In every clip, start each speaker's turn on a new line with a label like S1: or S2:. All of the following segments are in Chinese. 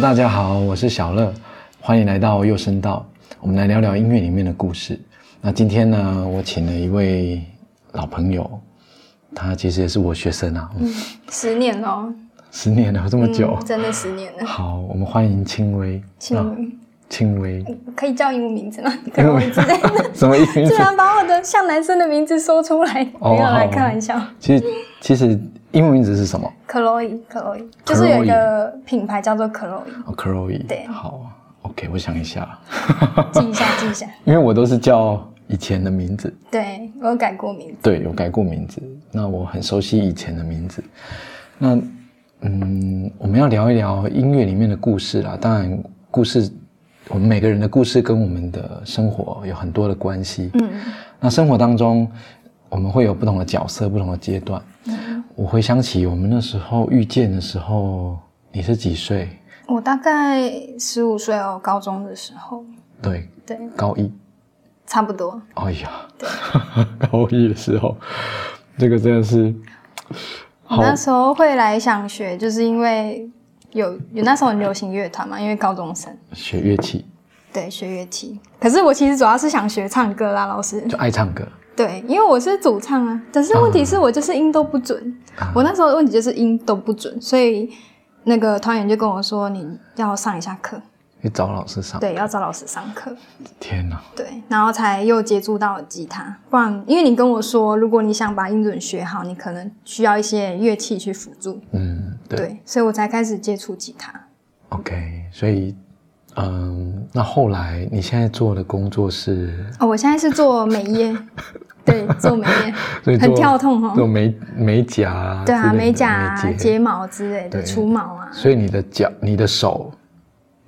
S1: 大家好，我是小乐，欢迎来到右声道。我们来聊聊音乐里面的故事。那今天呢，我请了一位老朋友，他其实也是我学生啊，嗯
S2: 十年了哦，
S1: 十年了这么久。
S2: 嗯真的十年了。
S1: 好，我们欢迎青薇。
S2: 亲
S1: 啊，青薇，
S2: 可以叫英文名字吗？可能我之 类的，
S1: 什么意思？
S2: 竟然把我的像男生的名字说出来，
S1: 哦
S2: 没有
S1: 好
S2: 来
S1: 哦
S2: 开玩笑。
S1: 其实其实英文名字是什么
S2: Chloe Chloe 就是有一个品牌叫做 Chloe，
S1: 哦 c h l o e
S2: 对
S1: 好，OK，我想一下，
S2: 记一下 记一下。
S1: 因为我都是叫以前的名字，
S2: 对我有改过名字，
S1: 对，有改过名字。那我很熟悉以前的名字。那嗯，我们要聊一聊音乐里面的故事啦。当然，故事我们每个人的故事跟我们的生活有很多的关系。
S2: 嗯，
S1: 那生活当中，我们会有不同的角色、不同的阶段。我回想起我们那时候遇见的时候，你是几岁？
S2: 我大概十五岁哦，高中的时候，
S1: 对，
S2: 对，
S1: 高一。
S2: 差不多。
S1: 哎呀， 高一的时候，这个真的是
S2: 我那时候会来想学，就是因为有有那时候很流行乐团嘛，因为高中生
S1: 学乐器
S2: 对学乐器。可是我其实主要是想学唱歌啦，老师。
S1: 就爱唱歌。
S2: 对，因为我是主唱啊，但是问题
S1: 嗯
S2: 是我就是音都不准。
S1: 啊
S2: 我那时候的问题就是音都不准，所以那个团员就跟我说你要上一下课，
S1: 去找老师上。
S2: 对，要找老师上课，
S1: 天哪，
S2: 对，然后才又接触到吉他。不然，因为你跟我说，如果你想把音准学好，你可能需要一些乐器去辅助，
S1: 嗯，对
S2: 对，所以我才开始接触吉他。
S1: o k 所以，嗯，那后来你现在做的工作是，
S2: 哦，我现在是做美 业，对，做美业，
S1: 所以
S2: 很
S1: 做
S2: 跳痛
S1: 做
S2: 哦。
S1: 美美甲啊，
S2: 对啊，
S1: 之类的
S2: 美甲、啊、
S1: 美
S2: 睫毛之类
S1: 对
S2: 的，除毛啊，
S1: 所以你的脚、你的手、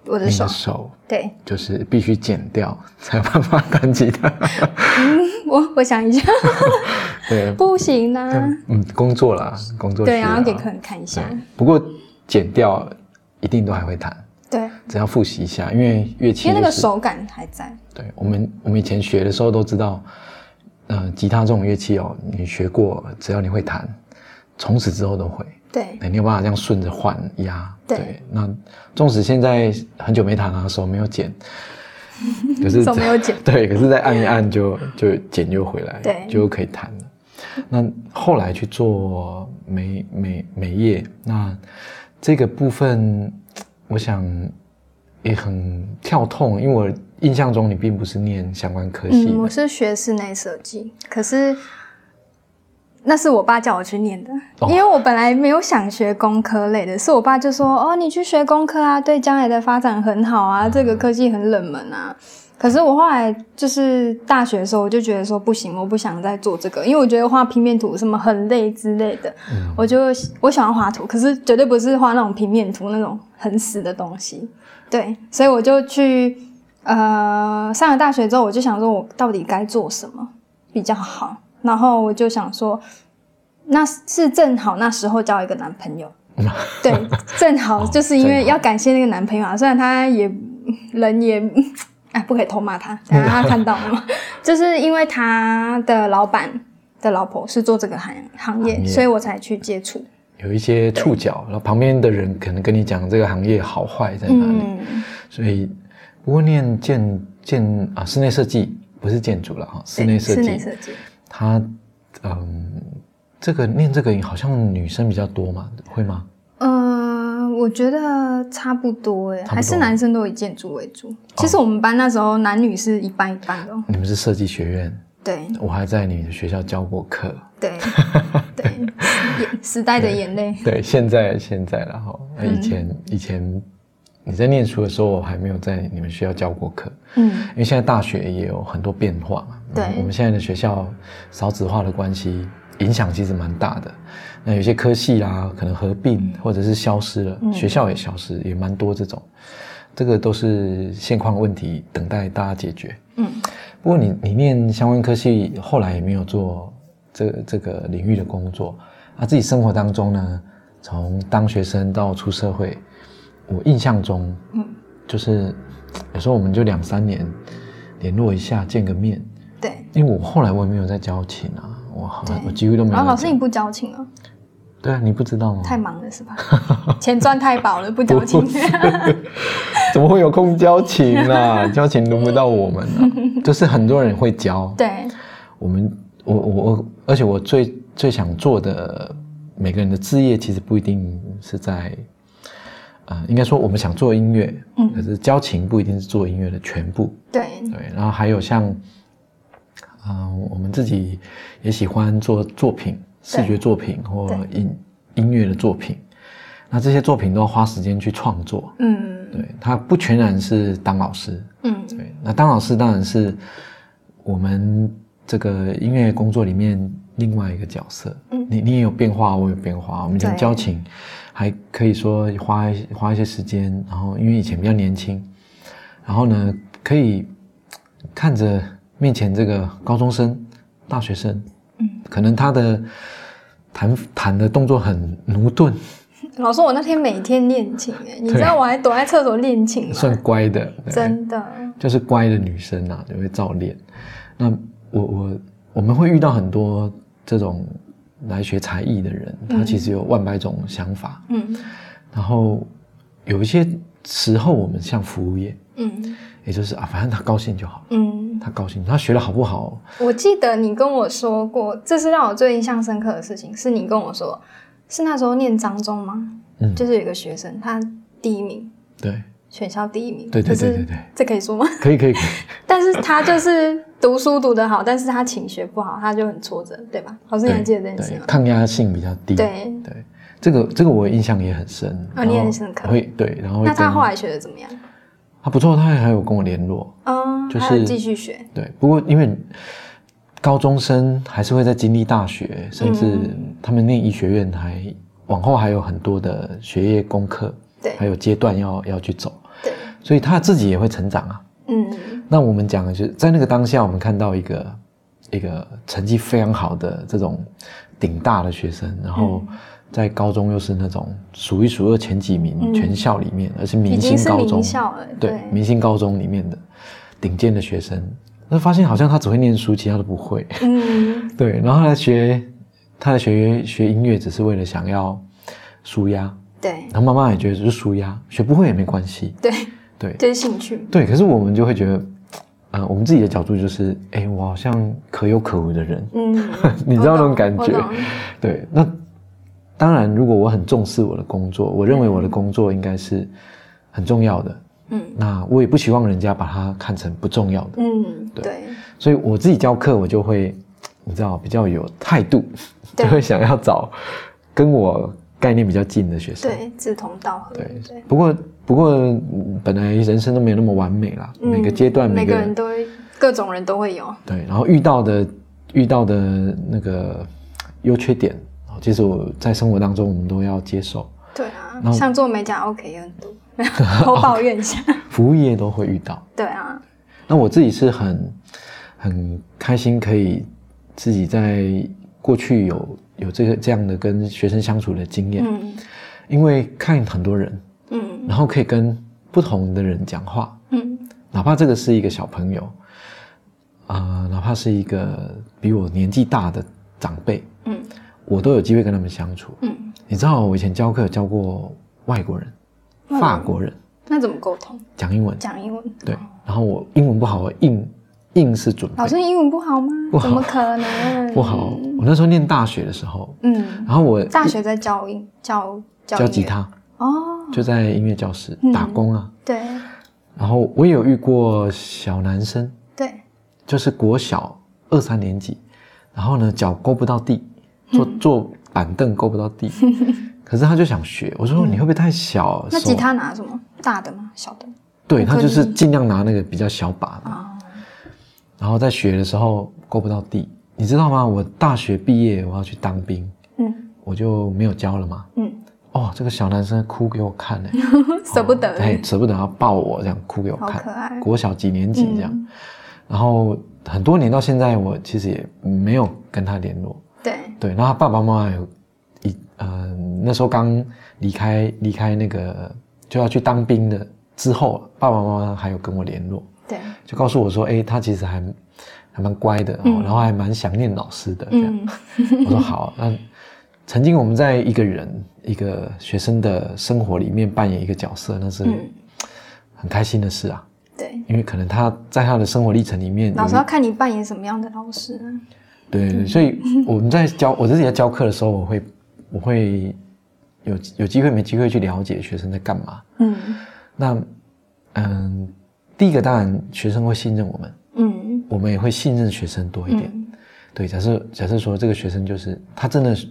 S2: 我的
S1: 你
S2: 手
S1: 的，手
S2: 对，
S1: 就是必须剪掉 才有办法弹吉他。
S2: 我我想一下，
S1: 对，
S2: 不行啊。
S1: 嗯，工作啦，工作
S2: 对
S1: 需
S2: 啊，
S1: 要
S2: 然后给客人看一下。
S1: 对不过剪掉一定都还会弹，
S2: 对，
S1: 只要复习一下，因为乐器
S2: 因为那
S1: 就
S2: 个
S1: 是
S2: 手感还在。
S1: 对我们，我们以前学的时候都知道，呃，吉他这种乐器哦，你学过，只要你会弹，从此之后都会，
S2: 对，
S1: 哎，你有办法这样顺着换压。
S2: 对
S1: 那纵使现在很久没弹了，手没有茧，可是
S2: 手没有茧
S1: 对，可是再按一按就就茧又回来，
S2: 对
S1: 就又可以弹了。那后来去做美美美业，那这个部分，我想也很跳痛，因为我印象中你并不是念相关科系的
S2: 嗯，我是学室内设计，可是那是我爸叫我去念的，
S1: 哦
S2: 因为我本来没有想学工科类的，是我爸就说：“
S1: 嗯
S2: 哦，你去学工科啊，对将来的发展很好啊，这个科技很冷门啊。”可是我后来就是大学的时候，我就觉得说不行，我不想再做这个，因为我觉得画平面图什么很累之类的。
S1: 嗯
S2: 我就我喜欢画图，可是绝对不是画那种平面图那种很死的东西。对，所以我就去呃上了大学之后，我就想说我到底该做什么比较好。然后我就想说，那是正好那时候交一个男 朋友，对，正好就是因
S1: 哦正
S2: 为
S1: 好
S2: 要感谢那个男朋友啊，虽然他也人也。 哎，不可以偷骂他，等下他看到了嘛。 就是因为他的老板的老婆是做这个行行业，
S1: 行业
S2: 所以我才去接触。
S1: 有一些触角，然后旁边的人可能跟你讲这个行业好坏在哪里，
S2: 嗯，
S1: 所以不过念建建啊室内设计不是建筑了哈，室内
S2: 对
S1: 设
S2: 室内
S1: 计
S2: 设计，
S1: 它嗯这个念这个好像女生比较多嘛，会吗？
S2: 呃，我觉得差不多哎，
S1: 差不多哦
S2: 还是男生都以建筑为主。其实我们班那时候男女是一半一半的哦，
S1: 你们是设计学院，
S2: 对
S1: 我还在你的学校教过课。
S2: 对对，眼时代的眼泪，
S1: 对，现在现在了哈，那以前、以前你在念书的时候，我还没有在你们学校教过课。
S2: 嗯，
S1: 因为现在大学也有很多变化嘛。
S2: 对
S1: 我们现在的学校少子化的关系，影响其实蛮大的。那有些科系啦，可能合并或者是消失了，学校也消失，也蛮多这种。这个都是现况问题，等待大家解决。
S2: 嗯，
S1: 不过你你念相关科系，后来也没有做这这个领域的工作。啊，自己生活当中呢，从当学生到出社会，我印象中，嗯，就是有时候我们就两三年联络一下，见个面。
S2: 对。
S1: 因为我后来我也没有在交情啊，我好
S2: 对
S1: 我几乎都没有在交。
S2: 然后老师你不交情啊？
S1: 对啊，你不知道吗？
S2: 太忙了是吧？ 钱赚太饱了，不交情。
S1: 怎么会有空交情啊？ 交情轮不到我们、啊， 就是很多人会交。
S2: 对，
S1: 我们，我我我，而且我最最想做的，每个人的职业其实不一定是在，呃，应该说我们想做音乐，
S2: 嗯
S1: 可是交情不一定是做音乐的全部。
S2: 对，
S1: 对，然后还有像，嗯、我们自己也喜欢做作品，视
S2: 对
S1: 觉作品或
S2: 对
S1: 音音乐的作品。那这些作品都要花时间去创作，
S2: 嗯
S1: 对，它不全然是当老师。
S2: 嗯，
S1: 对，那当老师当然是我们这个音乐工作里面另外一个角色。
S2: 嗯
S1: 你你也有变化，我有变化，我们以前
S2: 对
S1: 交情还可以说花一花一些时间，然后因为以前比较年轻，然后呢可以看着面前这个高中生、大学生，
S2: 嗯，
S1: 可能他的弹弹的动作很驽钝，
S2: 老师，我那天每天练琴哎，你知
S1: 对
S2: 道我还躲在厕所练琴吗？
S1: 算乖的，对
S2: 真的，
S1: 就是乖的女生啊，就会照练。那我我我们会遇到很多这种来学才艺的人，他其实有万百种想法。
S2: 嗯
S1: 然后有一些时候我们像服务业，
S2: 嗯
S1: 也就是啊，反正他高兴就好了，
S2: 嗯，
S1: 他高兴，他学的好不好？
S2: 我记得你跟我说过，这是让我最印象深刻的事情，是你跟我说，是那时候念张中吗？
S1: 嗯
S2: 就是有一个学生，他第一名，
S1: 对，
S2: 全校第一名，
S1: 对对对
S2: 可是
S1: 对对
S2: 这可以说吗？
S1: 可以可以可以。
S2: 但是他就是读书读得好，但是他勤学不好，他就很挫折，对吧？老师，你还记得这件事
S1: 对
S2: 吗？
S1: 抗压性比较低。
S2: 对
S1: 对，这个这个我印象也很深。
S2: 啊你也
S1: 然后
S2: 深刻
S1: 会对，然后会
S2: 那他
S1: 跟
S2: 后来学的怎么样？
S1: 他不错，他还有跟我联络。
S2: 嗯，
S1: 就是
S2: 还有继续学，
S1: 对，不过因为高中生还是会在经历大学，甚至
S2: 嗯
S1: 他们念医学院还往后还有很多的学业功课，
S2: 对
S1: 还有阶段要要去走，
S2: 对，
S1: 所以他自己也会成长啊。
S2: 嗯
S1: 那我们讲的就是在那个当下，我们看到一个一个成绩非常好的这种顶大的学生，然后
S2: 嗯
S1: 在高中又是那种数一数二前几名、
S2: 嗯
S1: 全校里面，而且明
S2: 已
S1: 星
S2: 经是
S1: 高中
S2: 名，校了，
S1: 对，明星高中里面的顶尖的学生，那发现好像他只会念书，其他都不会。
S2: 嗯
S1: 对，然后他来学，他来学学音乐，只是为了想要舒压。
S2: 对
S1: 然后妈妈也觉得就是舒压，学不会也没关系。
S2: 对，
S1: 对
S2: 就是兴趣，
S1: 对，可是我们就会觉得，呃，我们自己的角度就是，哎，我好像可有可无的人，
S2: 嗯，
S1: 你知道那种感
S2: 我
S1: 觉
S2: 懂？
S1: 对，那当然，如果我很重视我的工作，我认为我的工作应该是很重要的，
S2: 嗯
S1: 那我也不希望人家把它看成不重要的。
S2: 嗯，
S1: 对
S2: 对
S1: 所以我自己教课，我就会，你知道，比较有态度，
S2: 对
S1: 就会想要找跟我概念比较近的学生。
S2: 对，志同道合，
S1: 对
S2: 对，
S1: 不过不过嗯本来人生都没有那么完美啦，
S2: 嗯
S1: 每个阶段
S2: 每
S1: 每个
S2: 个人都会，各种人都会有，
S1: 对，然后遇到的遇到的那个优缺点，哦其实我在生活当中我们都要接受，
S2: 对啊
S1: 那，我
S2: 像做美甲 OK 也很多， 偷抱怨 一下，
S1: 服务业都会遇到。
S2: 对啊，
S1: 那我自己是很很开心，可以自己在过去有有这个这样的跟学生相处的经验，
S2: 嗯
S1: 因为看很多人，
S2: 嗯
S1: 然后可以跟不同的人讲话，
S2: 嗯
S1: 哪怕这个是一个小朋友，啊、哪怕是一个比我年纪大的长辈，
S2: 嗯
S1: 我都有机会跟他们相处。
S2: 嗯，
S1: 你知道我以前教课有教过外国人、
S2: 嗯
S1: 法国人
S2: 那怎么沟通？
S1: 讲英文，
S2: 讲英文，
S1: 对，然后我英文不好，我硬硬是准
S2: 老
S1: 备
S2: 师英文不好吗？
S1: 不好
S2: 怎么可能？
S1: 不好。我那时候念大学的时候，
S2: 嗯，
S1: 然后我
S2: 大学在教音教教
S1: 教
S2: 音
S1: 吉
S2: 乐
S1: 他，
S2: 哦，
S1: 就在音乐教室、
S2: 嗯
S1: 打工啊。
S2: 对
S1: 然后我也有遇过小男生，
S2: 对，
S1: 就是国小二三年级，然后呢脚勾不到地，坐
S2: 嗯
S1: 坐板凳勾不到 地，可是他就想学。我说你会不会太小？
S2: 那
S1: 手
S2: 吉他拿什么？大的吗？小的吗？
S1: 对他
S2: 可
S1: 就是
S2: 以
S1: 尽量拿那个比较小把的，
S2: 啊，
S1: 然后在学的时候勾不到地，你知道吗？我大学毕业我要去当兵，
S2: 嗯
S1: 我就没有教了嘛。
S2: 嗯，
S1: 哦，这个小男生哭给我看 呢、
S2: 舍不得，
S1: 哎，舍不得要抱我这样哭给我
S2: 好可
S1: 看。
S2: 爱，
S1: 国小几年级这样，
S2: 嗯
S1: 然后很多年到现在，我其实也没有跟他联络。
S2: 对，
S1: 对，然后他爸爸妈妈有一呃那时候刚离开离开那个就要去当兵的之后，爸爸妈妈还有跟我联络，
S2: 对，
S1: 就告诉我说，哎、他其实还还蛮乖的、哦，
S2: 嗯
S1: 然后还蛮想念老师的这样。
S2: 嗯
S1: 我说好，那曾经我们在一个人、一个学生的生活里面扮演一个角色，那是
S2: 嗯
S1: 很开心的事啊。
S2: 对。
S1: 因为可能他在他的生活历程里面有一，
S2: 老师要看你扮演什么样的老师啊，
S1: 对对，所以我们在教我自己在教课的时候，我会我会有有机会没机会去了解学生在干嘛。
S2: 嗯
S1: 那嗯，第一个当然学生会信任我们，
S2: 嗯
S1: 我们也会信任学生多一点。
S2: 嗯
S1: 对，假设假设说这个学生就是他真的是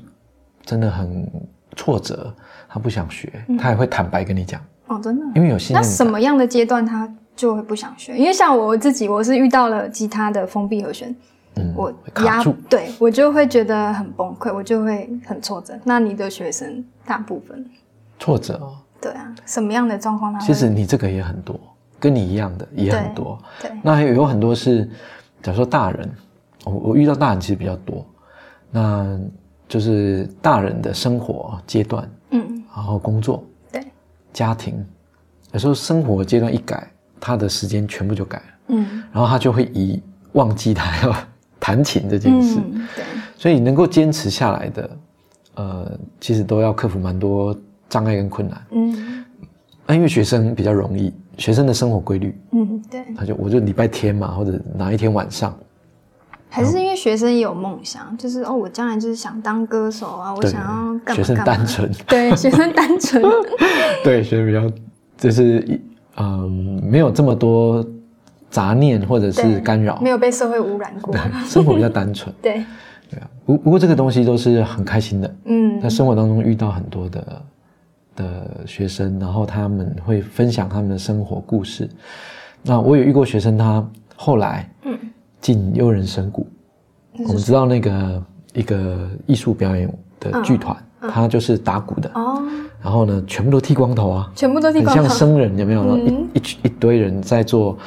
S1: 真的很挫折，他不想学，他也会坦白跟你讲，
S2: 哦，真的啊。
S1: 因为有信
S2: 嗯那
S1: 任
S2: 什
S1: 感。
S2: 么样的阶段他就会不想学？因为像我自己，我是遇到了吉他的封闭和弦，
S1: 嗯
S2: 我
S1: 会卡
S2: 压
S1: 住
S2: 对我就会觉得很崩溃，我就会很挫折。那你的学生大部分，
S1: 挫折哦，
S2: 对啊，什么样的状况他会？
S1: 其实你这个也很多，跟你一样的也很
S2: 对
S1: 多。
S2: 对，
S1: 那还有有很多是，假如说大人，我我遇到大人其实比较多，那就是大人的生活阶段，
S2: 嗯，
S1: 然后工作、
S2: 对，
S1: 家庭，有时候生活阶段一改，他的时间全部就改了，
S2: 嗯
S1: 然后他就会遗忘记他要弹琴这件事，
S2: 嗯，对，
S1: 所以能够坚持下来的，呃，其实都要克服蛮多障碍跟困难。
S2: 嗯
S1: 那因为学生比较容易，学生的生活规律，
S2: 嗯对，
S1: 他就我就礼拜天嘛，或者哪一天晚上。
S2: 还是因为学生也有梦想，就是哦，我将来就是想当歌手啊，我
S1: 对
S2: 想要干嘛干嘛。
S1: 学生单纯，
S2: 对，学生单纯，
S1: 对，学生比较就是一嗯、没有这么多杂念或者是
S2: 对
S1: 干扰
S2: 没，有被社会污染过。
S1: 生活比较单纯。
S2: 对，
S1: 对啊，不不过这个东西都是很开心的，
S2: 嗯
S1: 在生活当中遇到很多的的学生，然后他们会分享他们的生活故事。那我也遇过学生，他后来
S2: 嗯，
S1: 进悠人神谷，
S2: 那
S1: 我们
S2: 是
S1: 知道那个一个艺术表演的
S2: 嗯
S1: 剧团，他就是打鼓的，
S2: 哦，
S1: 然后呢，全部都剃光头啊，
S2: 全部都剃
S1: 很
S2: 光
S1: 像
S2: 头。
S1: 僧人，有没有？
S2: 嗯
S1: 一一群一堆人在做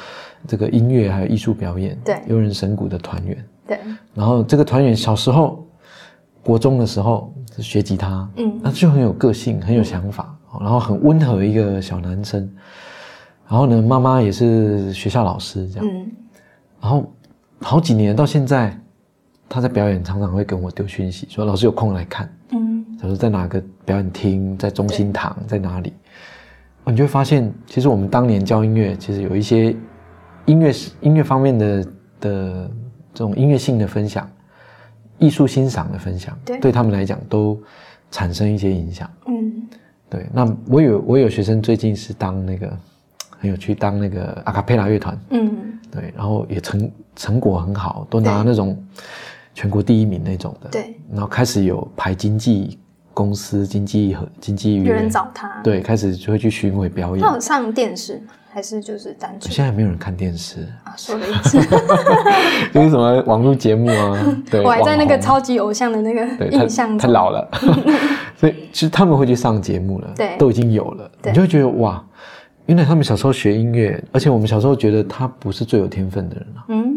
S1: 这个音乐还有艺术表演，
S2: 对
S1: 悠人神谷的团员。
S2: 对，
S1: 然后这个团员小时候，国中的时候是学吉他，
S2: 嗯
S1: 那就很有个性，很有想法，哦然后很温和一个小男生。然后呢，妈妈也是学校老师这样，
S2: 嗯，
S1: 然后好几年到现在，他在表演常常会跟我丢讯息说：“老师有空来看。”
S2: 嗯，
S1: 假如在哪个表演厅，在中心堂，在哪里，哦你就会发现，其实我们当年教音乐，其实有一些音乐音乐方面的的这种音乐性的分享、艺术欣赏的分享，
S2: 对
S1: 他们来讲都产生一些影响。
S2: 嗯，
S1: 对，那我有我有学生最近是当那个很有趣，当那个阿卡贝拉乐团，
S2: 嗯，
S1: 对，然后也成成果很好，都拿
S2: 对
S1: 那种全国第一名那种的。
S2: 对，
S1: 然后开始有排经纪公司、经纪和经纪
S2: 有
S1: 约，
S2: 人找他。，
S1: 对，开始就会去巡回表演
S2: 他。有上电视吗还是就是单纯
S1: 现在没有人看电 视，
S2: 啊？说了一次，
S1: 就是什么网络节目啊，对，
S2: 我还在那个
S1: 网红
S2: 超级偶像的那个
S1: 对
S2: 印象
S1: 太太
S2: 中。
S1: 老 了， 所以其实他们会去上节目了，
S2: 对
S1: 都已经有了，
S2: 对
S1: 你就会觉得哇，原来他们小时候学音乐，而且我们小时候觉得他不是最有天分的人啊，
S2: 嗯，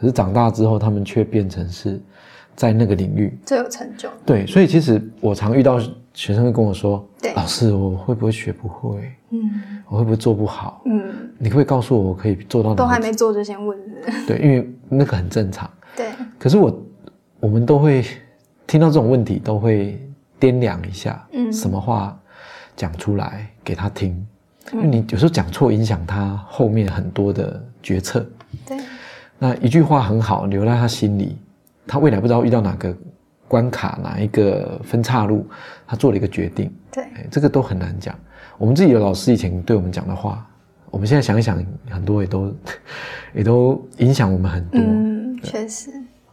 S1: 可是长大之后，他们却变成是在那个领域
S2: 最有成就。
S1: 对，所以其实我常遇到学生会跟我说：“
S2: 对
S1: 老师，我会不会学不会？
S2: 嗯
S1: 我会不会做不好？
S2: 嗯，
S1: 你可不可以告诉我，我可以做到哪？”
S2: 都还没做就先问是不是。
S1: 对，因为那个很正常。
S2: 对，
S1: 可是我我们都会听到这种问题，都会掂量一下，
S2: 嗯
S1: 什么话讲出来给他听，
S2: 嗯
S1: 因为你有时候讲错，影响他后面很多的决策。
S2: 对，
S1: 那一句话很好，留在他心里，他未来不知道遇到哪个关卡、哪一个分岔路，他做了一个决定，
S2: 对，
S1: 哎，这个都很难讲。我们自己的老师以前对我们讲的话，我们现在想一想，很多也都也都影响我们很多。
S2: 嗯，确实。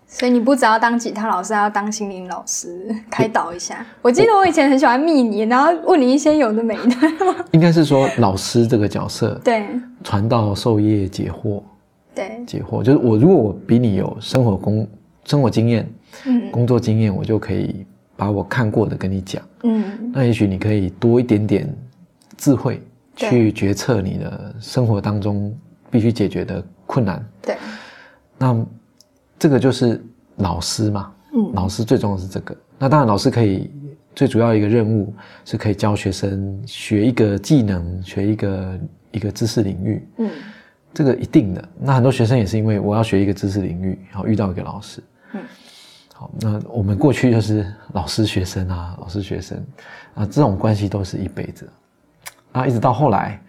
S2: 所以你不只要当吉他老师，还要当心灵老师，开导一下。我记得我以前很喜欢密你，然后问你一些有的没的。
S1: 应该是说，老师这个角色
S2: 对
S1: 传道授业解惑，
S2: 对，
S1: 解惑就是我如果我比你有生活工生活经验、
S2: 嗯
S1: 工作经验，我就可以把我看过的跟你讲。
S2: 嗯，
S1: 那也许你可以多一点点智慧，
S2: 对
S1: 去决策你的生活当中必须解决的困难。
S2: 对，
S1: 那这个就是老师嘛，
S2: 嗯
S1: 老师最重要的是这个。那当然，老师可以最主要一个任务是可以教学生学一个技能，学一个一个知识领域，
S2: 嗯
S1: 这个一定的。那很多学生也是因为我要学一个知识领域，然后遇到一个老师，
S2: 嗯
S1: 好，好，那我们过去就是老师学生啊，老师学生啊，这种关系都是一辈子啊，一直到后来，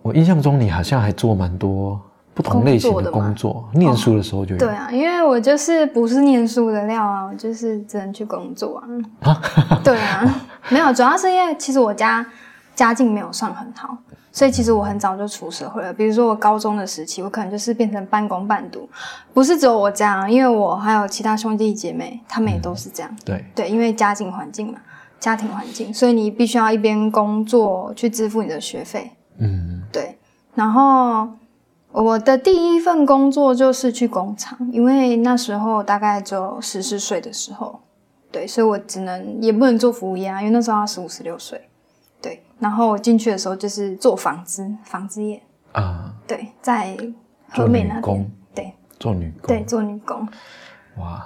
S1: 我印象中你好像还做蛮多不同类型的工
S2: 工
S1: 作，念书的时候就有，
S2: 对啊，因为我就是不是念书的料啊，我就是只能去工作啊。对啊，没有，主要是因为其实我家家境没有算很好，所以其实我很早就出社会了。比如说我高中的时期，我可能就是变成半工半读，不是只有我这样，因为我还有其他兄弟姐妹，他们也都是这样。
S1: 对
S2: 对，因为家境环境嘛，家庭环境，所以你必须要一边工作去支付你的学费，
S1: 嗯，
S2: 对，然后我的第一份工作就是去工厂，因为那时候大概只有十四岁的时候，对，所以我只能也不能做服务业啊，因为那时候要十五十六岁，对。然后我进去的时候就是做纺织，纺织业，
S1: 啊，
S2: 对，在
S1: 做
S2: 和美
S1: 女
S2: 那边
S1: 工，，
S2: 对
S1: 做女工，
S2: 对，做女工，
S1: 哇，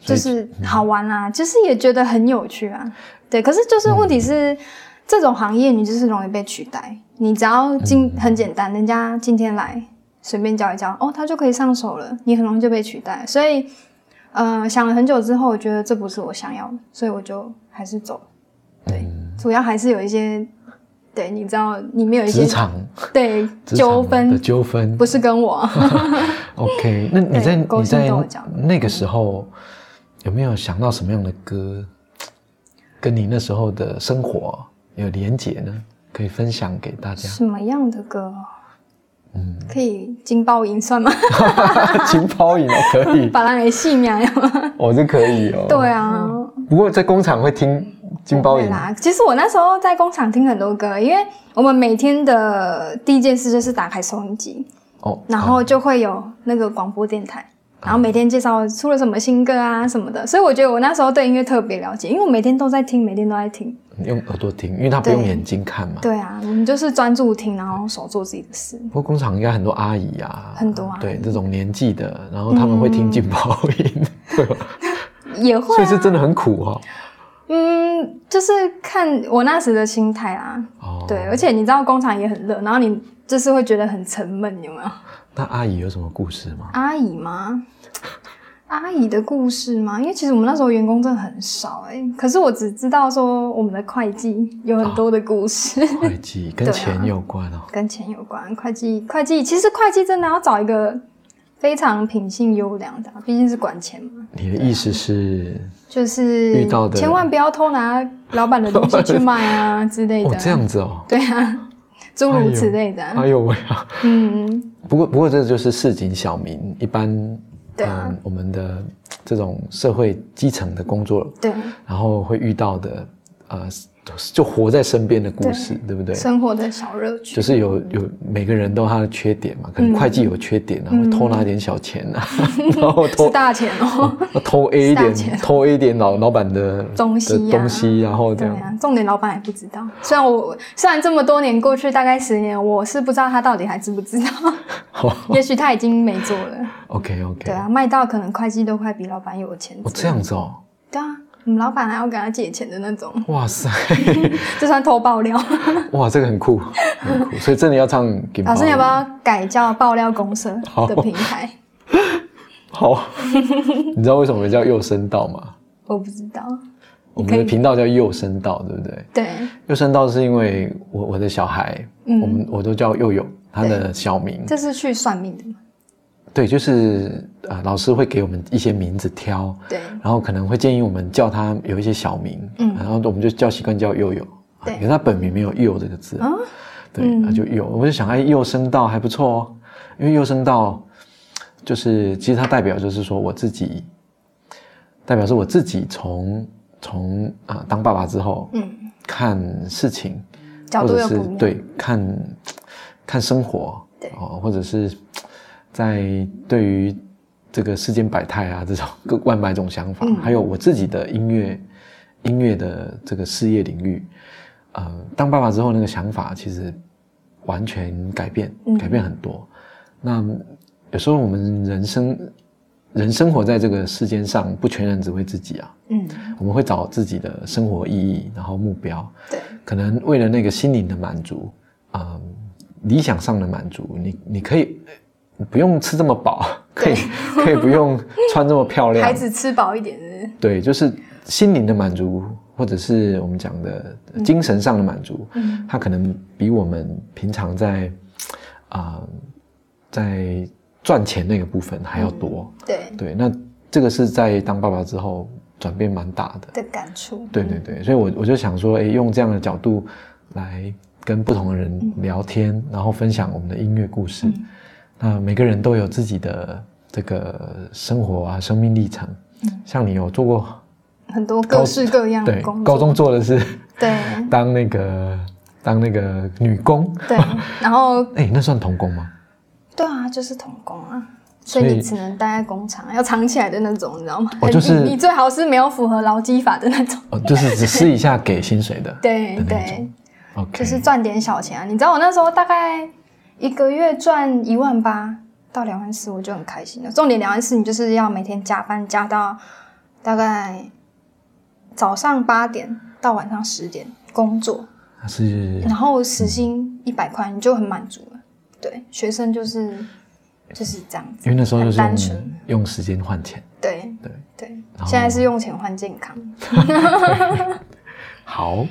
S1: 所
S2: 就
S1: 以嗯
S2: 是好玩啦、就是也觉得很有趣啊。对，可是就是问题
S1: 嗯
S2: 是，这种行业你就是容易被取代。你只要今
S1: 嗯
S2: 很简单，人家今天来随便教一教，哦，他就可以上手了，你很容易就被取代。所以，呃，想了很久之后，我觉得这不是我想要的，所以我就还是走了。对，
S1: 嗯
S2: 主要还是有一些，对，你知道里面有一些
S1: 职场
S2: 对
S1: 职场
S2: 纠
S1: 的
S2: 纷，
S1: 纠纷
S2: 不是跟我。
S1: OK，那你
S2: 对
S1: 在
S2: 勾
S1: 你
S2: 心
S1: 在
S2: 斗角
S1: 那个时候有没有想到什么样的歌，跟你那时候的生活有连结呢？可以分享给大 家。
S2: 什么样的歌？嗯，可以金包银算吗？
S1: 情抛影哦，可 以，
S2: 把人给戏秒呀？
S1: 我是可以哦。
S2: 对，啊，
S1: 不过在工厂会听金包
S2: 对
S1: 影，
S2: 啦。其实我那时候在工厂听很多歌，因为我们每天的第一件事就是打开收音机，
S1: 哦，
S2: 然后就会有那个广播电台，然后每天介绍出了什么新歌啊什么的。所以我觉得我那时候对音乐特别了解，因为我每天都在听，每天都在听。
S1: 嗯用耳朵听，因为它不用
S2: 对
S1: 眼睛看嘛。
S2: 对啊，我们就是专注听，然后手做自己的事。
S1: 不过工厂应该很多阿姨啊，
S2: 很多阿嗯姨
S1: 对这种年纪的，然后他们会听金包 影，对吧？
S2: 也会、啊，
S1: 所以是真的很苦哦哈。
S2: 嗯，就是看我那时的心态啦。
S1: 哦，
S2: 对，啊而且你知道工厂也很热，然后你就是会觉得很沉闷，有没有？
S1: 那阿姨有什么故事 吗？
S2: 阿姨吗？阿姨的故事吗？因为其实我们那时候员工真的很少哎、可是我只知道说我们的会计有很多的故事、
S1: 会计跟
S2: 对啊
S1: 钱有关哦。
S2: 跟钱有关。会计，会计其实会计真的要找一个非常品性优良的啊、毕竟是管钱嘛，
S1: 你的意思是，
S2: 就是
S1: 遇到的
S2: 千万不要偷拿老板的东西去卖 啊之类的
S1: 哦
S2: 啊，
S1: 这样子哦，
S2: 对啊，诸如此类的啊、
S1: 哎呦喂啊！
S2: 嗯，
S1: 不过不过这就是市井小民，一般
S2: 对啊
S1: 嗯我们的这种社会基层的工作，
S2: 对，
S1: 然后会遇到的呃，就活在身边的故事，对不对？
S2: 生活的小乐趣
S1: 就。是有有每个人都有他的缺点嘛，
S2: 嗯
S1: 可能会计有缺点啊，会偷拿点小钱 啊，然后
S2: 是
S1: 偷
S2: 大钱哦，
S1: 偷 A 一
S2: 是大
S1: 点
S2: 钱
S1: 偷 A 一点老老板的
S2: 东西
S1: 的
S2: 啊
S1: 东西，然后这
S2: 对
S1: 样
S2: 啊，重点老板也不知道。虽然我虽然这么多年过去，大概十年，我是不知道他到底还知不知道，
S1: 好
S2: 也许他已经没做了。
S1: 哦 OK OK，
S2: 对啊，卖到可能会计都快比老板有钱。
S1: 哦，这样子哦，
S2: 对啊，我们老板还要跟他借钱的那种，
S1: 哇塞，
S2: 这算偷爆料。
S1: 哇，这个很酷，很酷，所以真的要唱给
S2: 老师，你要不要改叫爆料公社的平台？
S1: 好， 你知道为什么叫右声道吗？
S2: 我不知道。
S1: 我
S2: 可
S1: 们
S2: 以
S1: 的频道叫右声道，对不对？
S2: 对，
S1: 右声道是因为我我的小孩，
S2: 嗯
S1: 我们我都叫佑佑，他的小名。
S2: 这是去算命的嘛？
S1: 对，就是呃，老师会给我们一些名字挑，
S2: 对，
S1: 然后可能会建议我们叫他有一些小名，
S2: 嗯
S1: 然后我们就叫习惯叫佑佑，啊
S2: 对
S1: 可是他本名没有佑这个字，
S2: 啊
S1: 对，那就佑，我就想哎，佑声道还不错哦，因为佑声道就是其实它代表就是说我自己，代表是我自己从从啊、当爸爸之后，
S2: 嗯，
S1: 看事情，
S2: 角
S1: 或
S2: 度
S1: 者
S2: 又不
S1: 是
S2: 一样。
S1: 对看看生活，
S2: 对
S1: 哦，或者是在对于这个世间百态啊这种各万百种想法，还有我自己的音乐音乐的这个事业领域，呃，当爸爸之后那个想法其实完全改变，改变很多。那有时候我们人生人生活在这个世间上，不全然只为自己啊，
S2: 嗯，
S1: 我们会找自己的生活意义，然后目标。
S2: 对，
S1: 可能为了那个心灵的满足，啊、理想上的满足，你你可以不用吃这么饱，可以可以不用穿这么漂亮
S2: 孩，子吃饱一点是不
S1: 对，就是心灵的满足，或者是我们讲的精神上的满足，
S2: 嗯
S1: 它可能比我们平常在啊、在赚钱那个部分还要多。
S2: 是对
S1: 对，那这个是在当爸爸之后转变蛮大的。
S2: 的感触，
S1: 对对对，所以我我就想说，哎，用这样的角度来跟不同的
S2: 嗯
S1: 人聊天，然后分享我们的音乐故事。那每个人都有自己的这个生活啊、生命历程。像你有做过，
S2: 很多各式各样的
S1: 对
S2: 嗯工，
S1: 高
S2: 作，嗯
S1: 中做的是
S2: 对
S1: 当那个当那个女工，
S2: 对，然后
S1: 哎，那算童工吗？
S2: 对啊，就是童工啊，所以
S1: 所以
S2: 你只能待在工厂，要藏起来的那种，你知道吗？
S1: 哦就是
S2: 你你最好是没有符合劳基法的那种，
S1: 哦，就是只试一下给薪水的
S2: 对
S1: 的那
S2: 对
S1: 种，，OK，
S2: 就是赚点小钱啊。你知道我那时候大概一个月赚一万八到两万四，我就很开心了。重点两万四，你就是要每天加班加到大概早上八点到晚上十点工作，
S1: 它是
S2: 然后时薪一百块，你就很满足了。对，学生就是就是这样子，
S1: 因为那时候就是
S2: 很
S1: 用
S2: 单纯。
S1: 用时间换钱，
S2: 对
S1: 对
S2: 对，
S1: 然后
S2: 现在是用钱换健康。
S1: 好。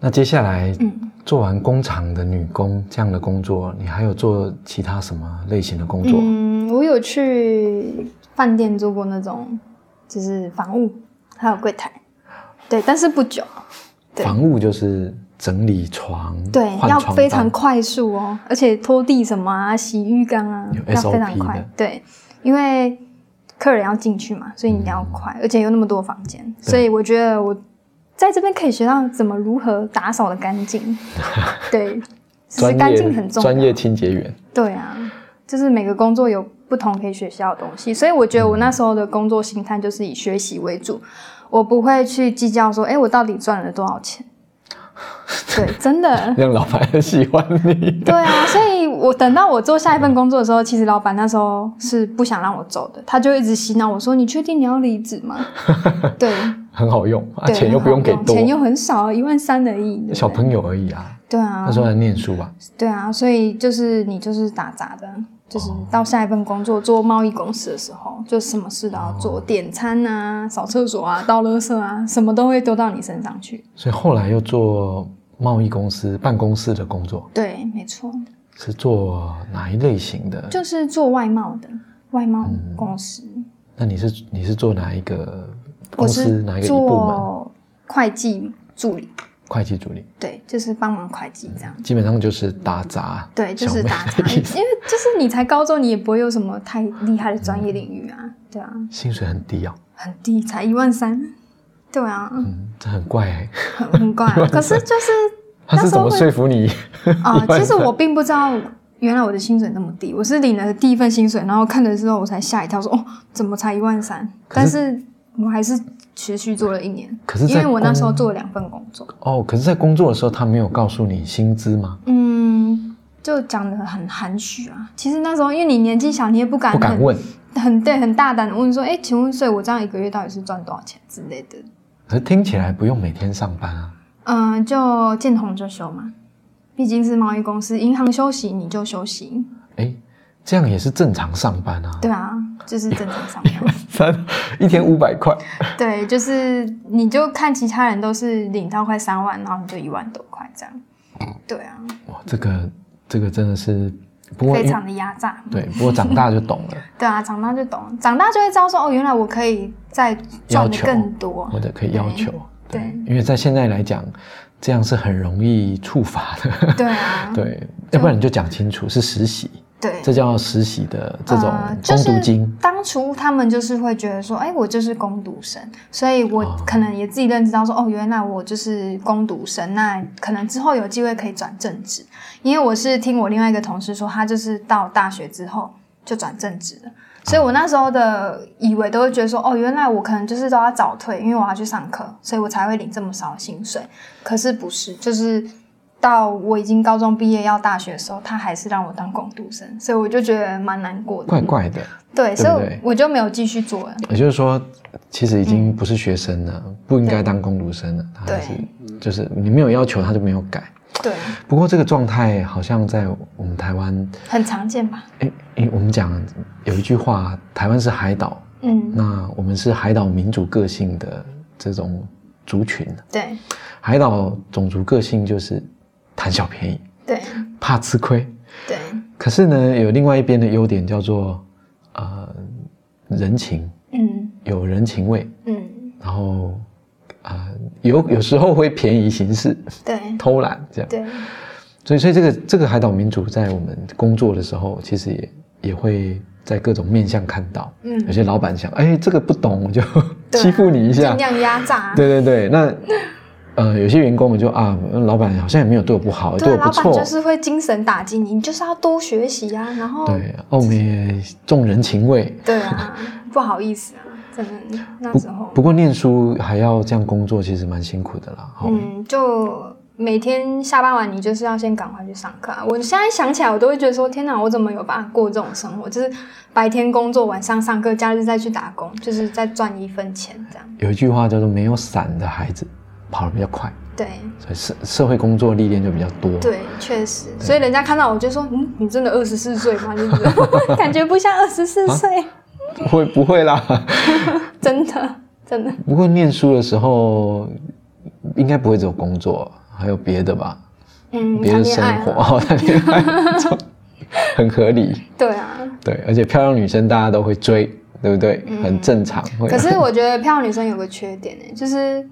S1: 那接下来，
S2: 嗯
S1: 做完工厂的女工这样的工作，你还有做其他什么类型的工作？
S2: 嗯，我有去饭店做过那种，就是房务还有柜台，对，但是不久，对
S1: 房务就是整理床，
S2: 对，
S1: 换
S2: 要
S1: 床
S2: 非常
S1: 单
S2: 快速哦，而且拖地什么啊、洗浴缸啊
S1: 有，
S2: 要非常
S1: SOP
S2: 快
S1: 的，
S2: 对，因为客人要进去嘛，所以你要快，而且有那么多房间，所以我觉得我在这边可以学到怎么如何打扫的干 净，对，就是
S1: 专
S2: 干
S1: 业
S2: 净很重要，
S1: 专业清洁员，
S2: 对啊，就是每个工作有不同可以学习到的东西，所以我觉得我那时候的工作心态就是以学习为主，我不会去计较说，哎，我到底赚了多 少钱。对，真的，
S1: 让老板很喜欢你。
S2: 对啊，所以我等到我做下一份工作的时候，其实老板那时候是不想让我走的，他就一直洗脑我说：“你确定你要离职吗？” 对，
S1: 很好用，啊、
S2: 对
S1: 钱又不用给
S2: 很好
S1: 多，
S2: 钱又很少，一万三而已。对不对
S1: 小朋友而已啊。
S2: 对啊
S1: 那，时候还念书吧，
S2: 对啊，所以就是你就是打杂的，就是到下一份工作做贸易公司的时候，就什么事都要做，点餐啊、扫厕所啊、倒垃圾啊，什么都会丢到你身上去。
S1: 所以后来又做贸易公司办公室的工作，
S2: 对，没错，
S1: 是做哪一类型的？
S2: 就是做外贸的外贸公司，
S1: 那你是你是做哪一个
S2: 我
S1: 公司
S2: 是
S1: 哪一个一部门？
S2: 做会计助理，
S1: 会计助理，
S2: 对，就是帮忙会计这样。
S1: 基本上就是打杂，
S2: 对，就
S1: 小
S2: 是
S1: 妹
S2: 打杂，因为就是你才高中，你也不会有什么太厉害的专业领域啊，对啊，
S1: 薪水很低啊、
S2: 很低，才一万三，对啊，
S1: 嗯，这很怪 哎、
S2: 很 很怪、啊。可是就是
S1: 他是
S2: 那时
S1: 怎
S2: 候
S1: 么
S2: 会
S1: 说服你？
S2: 啊、
S1: 一万
S2: 其实我并不知道原来我的薪水那么低，我是领了第一份薪水，然后看了之后我才吓一跳说，哦，怎么才一万三？但是我还是持续做了一年，
S1: 可是
S2: 因
S1: 在
S2: 为我那
S1: 工
S2: 时候做了两份工作，
S1: 哦，可是，在工作的时候他没有告诉你薪资吗？
S2: 嗯，就讲的很含蓄啊。其实那时候因为你年纪小，你也不敢
S1: 不
S2: 很
S1: 敢问。
S2: 很对很大胆的问说，哎，请问所以我这样一个月到底是赚多少钱之类的？
S1: 可是听起来不用每天上班啊，
S2: 嗯、就见红就休嘛，毕竟是贸易公司，银行休息你就休息，
S1: 哎，这样也是正常上班啊，
S2: 对啊，就是正常上 班。
S1: 三一天五百块，
S2: 对，就是你就看其他人都是领到快三万，然后你就一万多块这样。
S1: 嗯
S2: 对啊，
S1: 哇，这个这个真的是，不过
S2: 非
S1: 因
S2: 常的压榨。
S1: 对，不过长大就懂了，
S2: 对啊，长大就懂了，长大就会知道说，哦，原来我可以再
S1: 要
S2: 赚的
S1: 求
S2: 更多。
S1: 或者可以要求，
S2: 对
S1: 因为在现在来讲，这样是很容易触发的，
S2: 对啊，
S1: 对，要不然你就讲清楚是实习，
S2: 对，
S1: 这叫实习的这种
S2: 呃就
S1: 攻
S2: 是
S1: 读经。
S2: 当初他们就是会觉得说，哎，我就是攻读生，所以我
S1: 哦
S2: 可能也自己认知到说，哦，原来我就是攻读生，那可能之后有机会可以转正职，因为我是听我另外一个同事说，他就是到大学之后就转正职了。所以我那时候的以为都会觉得说，哦，原来我可能就是都要早退，因为我要去上课，所以我才会领这么少的薪水。可是不是，就是到我已经高中毕业要大学的时候，他还是让我当工读生，所以我就觉得蛮难过的。
S1: 怪怪的，
S2: 对，
S1: 不
S2: 所以
S1: 嗯对
S2: 我就没有继续做了。
S1: 也就是说，其实已经不是学生了，不应该当攻读生了。他还是就是你没有要求，他就没有改。
S2: 对，
S1: 不过这个状态好像在我们台湾，
S2: 很常见吧？
S1: 哎哎，我们讲有一句话，台湾是海岛，
S2: 嗯，
S1: 那我们是海岛民主个性的这种族群，
S2: 对
S1: 海岛种族个性就是贪小便宜，
S2: 对
S1: 怕吃亏。
S2: 对，
S1: 可是呢，有另外一边的优点叫做呃人情，
S2: 嗯
S1: 有人情味。
S2: 嗯，
S1: 然后啊、呃有有时候会便宜行事，
S2: 对
S1: 偷懒这样。
S2: 对
S1: 所以，所以这个这个海岛民主在我们工作的时候，其实也也会在各种面向看到。
S2: 嗯
S1: 有些老板想，哎，这个不懂，我就
S2: 对啊
S1: 欺负你一下
S2: 尽。量压榨。啊
S1: 对对对，那呃，有些员工我就啊，老板好像也没有哦对我不好，
S2: 对
S1: 我
S2: 啊，
S1: 不
S2: 老板
S1: 错。
S2: 就是会精神打击你，你就是要多学习啊，然后
S1: 对，哦，我们也重人情味。
S2: 对啊，不好意思啊，真的那
S1: 不
S2: 时候，
S1: 不过念书还要这样工作，其实蛮辛苦的啦。哦、
S2: 嗯，就每天下班完，你就是要先赶快去上课啊。我现在想起来，我都会觉得说，天哪，我怎么有办法过这种生活？就是白天工作，晚上上课，假日再去打工，就是再赚一分钱这样。
S1: 有一句话叫做“没有伞的孩子跑得比较快”。
S2: 对，
S1: 所以社社会工作历练就比较多。，
S2: 对，确实，所以人家看到我就说：“嗯，你真的二十四岁吗？就是 感觉不像二十四岁，
S1: 不会不会啦。
S2: 真的，真的。
S1: 不过念书的时候，应该不会只有工作，还有别的吧？”
S2: 嗯，
S1: 别
S2: 谈
S1: 的
S2: 恋
S1: 生
S2: 爱啊，
S1: 活，哦谈恋爱， 这种很合理。
S2: 对啊。
S1: 对，而且漂亮女生大家都会追，对不对？很正常。会
S2: 嗯
S1: 啊
S2: 可是我觉得漂亮女生有个缺点呢、就是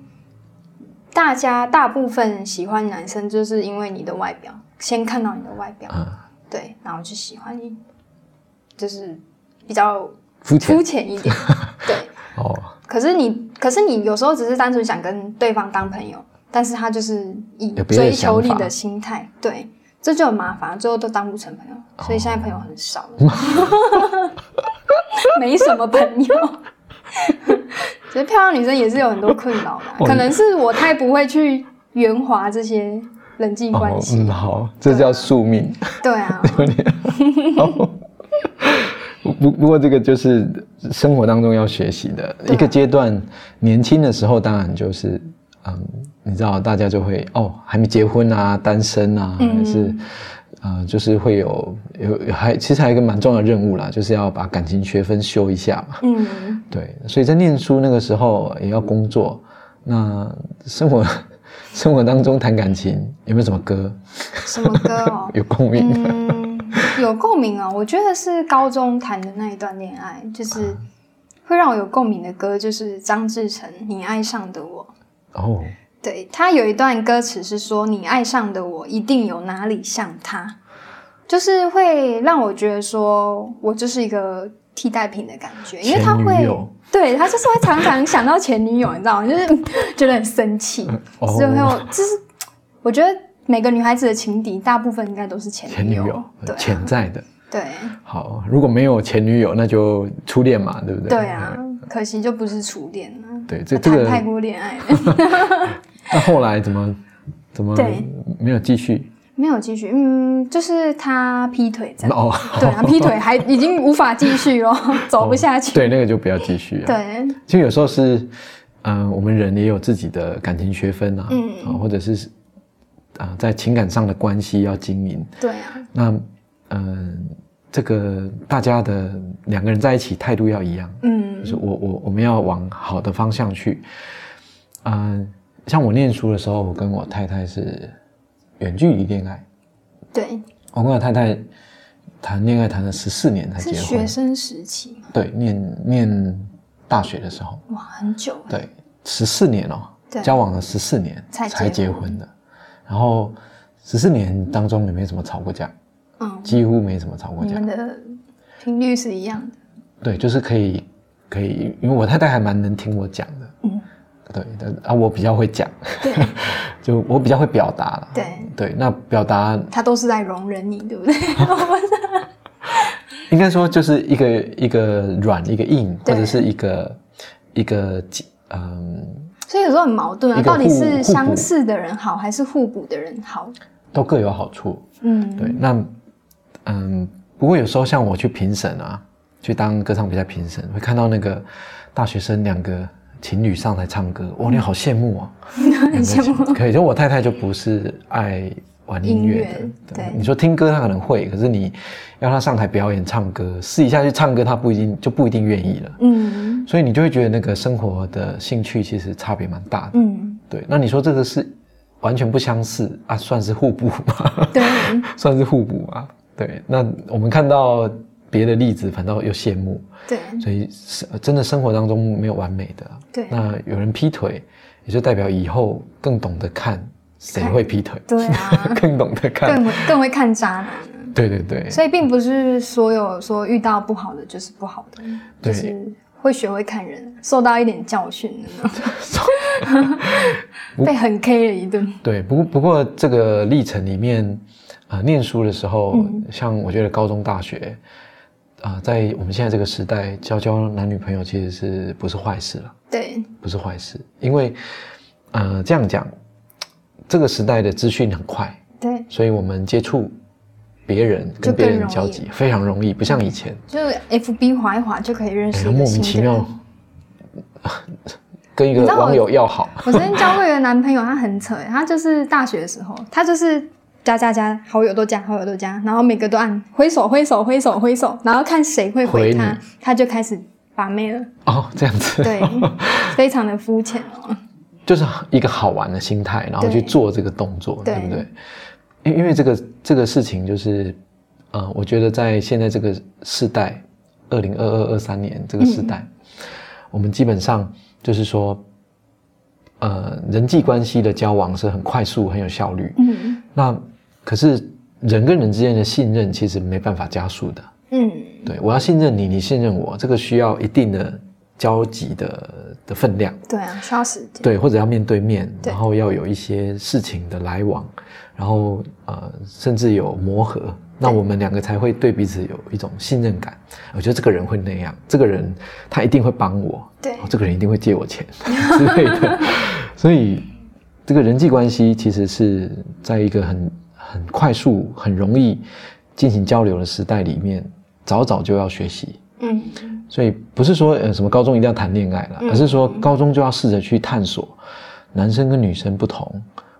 S2: 大家大部分喜欢男生，就是因为你的外表，先看到你的外表，
S1: 啊，
S2: 对，然后就喜欢你，就是比较
S1: 肤浅
S2: 肤浅一点，对。
S1: 哦，
S2: 可是你，可是你有时候只是单纯想跟对方当朋友，但是他就是以
S1: 有别的
S2: 追求你
S1: 想法
S2: 的心态，对，这就很麻烦，最后都当不成朋
S1: 哦
S2: 友，所以现在朋友很少了， 没什么朋友。 其实漂亮女生也是有很多困扰的啊、
S1: 哦
S2: 可能是我太不会去圆滑这些人际关
S1: 哦，
S2: 系，
S1: 嗯，好，这叫宿命。
S2: 对啊，
S1: 有点。 哦不不过这个就是生活当中要学习的一个阶段。年轻的时候当然就是，嗯，你知道大家就会哦，还没结婚啊，单身啊，
S2: 嗯
S1: 还是呃，就是会有有还其实还有一个蛮重要的任务啦，就是要把感情学分修一下嘛。
S2: 嗯，
S1: 对，所以在念书那个时候也要工作，那生活生活当中谈感情有没有什么歌？
S2: 什么歌哦
S1: 有共鸣的？
S2: 嗯，有共鸣啊、我觉得是高中谈的那一段恋爱，就是
S1: 啊
S2: 会让我有共鸣的歌，就是张志成《你爱上的我》。
S1: 哦。
S2: 对他有一段歌词是说：“你爱上的我，一定有哪里像他。”就是会让我觉得说，我就是一个替代品的感觉，因为他
S1: 前女
S2: 会
S1: 友，
S2: 对他就是会常常想到前女友，你知道吗？就是 嗯觉得很生气，
S1: 哦
S2: 最后就是我觉得每个女孩子的情敌，大部分应该都是前
S1: 前女友
S2: 对，啊
S1: 潜在的。
S2: 对
S1: 好，如果没有前女友，那就初恋嘛，对不对？
S2: 对啊，可惜就不是初恋了。
S1: 对，这这
S2: 谈太
S1: 个
S2: 过恋爱 了，
S1: 那后来怎么怎么
S2: 对
S1: 没有继续？
S2: 没有继续。嗯，就是他劈腿这样。
S1: 哦，
S2: 对啊，劈腿还已经无法继续了，走不下去。
S1: 对，那个就不要继续了。，啊
S2: 对
S1: 其实有时候是，嗯、我们人也有自己的感情学分啊，
S2: 嗯
S1: 啊或者是啊、在情感上的关系要经营。
S2: 对啊，
S1: 那嗯、这个大家的两个人在一起态度要一样。
S2: 嗯
S1: 就是我我我们要往好的方向去。嗯、像我念书的时候，我跟我太太是远距离恋爱，
S2: 对，
S1: 我跟我太太谈恋爱谈了十四年才
S2: 是
S1: 结
S2: 学
S1: 婚，
S2: 生时期嘛，
S1: 对，念念大学的时候，
S2: 哇，很久了。
S1: 对，十四年哦
S2: 对，
S1: 交往了十四年
S2: 才结婚
S1: 结婚的，然后十四年当中也没怎么吵过架，
S2: 嗯，
S1: 几乎没怎么吵过
S2: 你
S1: 架
S2: 们。的频率是一样的。
S1: 对，就是可以可以，因为我太太还蛮能听我讲的，
S2: 嗯，
S1: 对，但啊我比较会讲，
S2: 对
S1: 就我比较会表达了。
S2: 对，
S1: 对，那表达
S2: 他都是在容忍你，对不 对？我不是
S1: 应该说就是一个一个软一个硬，或
S2: 对
S1: 者是一个一个嗯，
S2: 所以有时候很矛盾啊，
S1: 一个
S2: 到底
S1: 互
S2: 是
S1: 互补
S2: 相似的人好，还是互补的人好？
S1: 都各有好处。
S2: 嗯，
S1: 对，那嗯，不过有时候像我去评审啊，去当歌唱比赛评审，会看到那个大学生两个情侣上台唱歌，哇，你好羡慕哦，
S2: 很羡慕。
S1: 可以，就我太太就不是爱玩音乐的
S2: 音乐。对
S1: 你说听歌她可能会，可是你要她上台表演唱歌，试一下去唱歌，她不一定就不一定愿意了。
S2: 嗯
S1: 所以你就会觉得那个生活的兴趣其实差别蛮大的。
S2: 嗯，
S1: 对，那你说这个是完全不相似啊，算是互补吗？
S2: 对，
S1: 算是互补嘛。对，那我们看到别的例子，反倒又羡慕，
S2: 对，
S1: 所以是真的生活当中没有完美的啊。
S2: 对，
S1: 那有人劈腿，也就代表以后更懂得看谁会劈腿，
S2: 对啊，
S1: 更懂得看。
S2: 更会更会看渣男啊。
S1: 对对对，
S2: 所以并不是所有说遇到不好的就是不好的，
S1: 对
S2: 就是会学会看人，受到一点教训的 那种 被很 K 了一顿。
S1: 对，不过不过这个历程里面，啊、念书的时候，
S2: 嗯
S1: 像我觉得高中、大学，啊、在我们现在这个时代，交交男女朋友其实是不是坏事了？
S2: 对，
S1: 不是坏事，因为，呃，这样讲，这个时代的资讯很快，
S2: 对，
S1: 所以我们接触别人
S2: 就
S1: 跟别
S2: 更
S1: 人
S2: 容
S1: 交
S2: 易嗯
S1: 集非常容易，不像以前，
S2: 就是 FB 划一划就可以认
S1: 哎
S2: 识一个
S1: 莫
S2: 新
S1: 名
S2: 的
S1: 其
S2: 人
S1: 妙。跟一个
S2: 你知道我
S1: 网友要好，
S2: 我曾经交过一个男朋友，他很扯欸，他就是大学的时候，他就是加加加，好友都加，好友都加，然后每个都按挥手挥手挥手挥手，然后看谁会
S1: 回
S2: 回
S1: 你
S2: 他，他就开始把妹了。
S1: 哦，这样子，
S2: 对， 非常的肤浅哦。
S1: 就是一个好玩的心态，然后去
S2: 对
S1: 做这个动作，对
S2: 对
S1: 不对？因因为这个这个事情就是，呃，我觉得在现在这个世代，二零二二二三年这个世
S2: 嗯
S1: 代，我们基本上就是说，呃，人际关系的交往是很快速、很有效率。
S2: 嗯
S1: 那可是人跟人之间的信任其实没办法加速的。
S2: 嗯，
S1: 对我要信任你，你信任我，这个需要一定的交集的的分量。
S2: 对啊，需要时间。
S1: 对，或者要面对面，
S2: 对
S1: 然后要有一些事情的来往，然后呃，甚至有磨合，那我们两个才会对彼此有一种信任感。我觉得这个人会那样，这个人他一定会帮我，
S2: 对
S1: 哦这个人一定会借我钱 之类的。所以这个人际关系其实是在一个很很快速、很容易进行交流的时代里面，早早就要学习。
S2: 嗯，
S1: 所以不是说呃什么高中一定要谈恋爱了，
S2: 嗯
S1: 而是说高中就要试着去探索男生跟女生不同，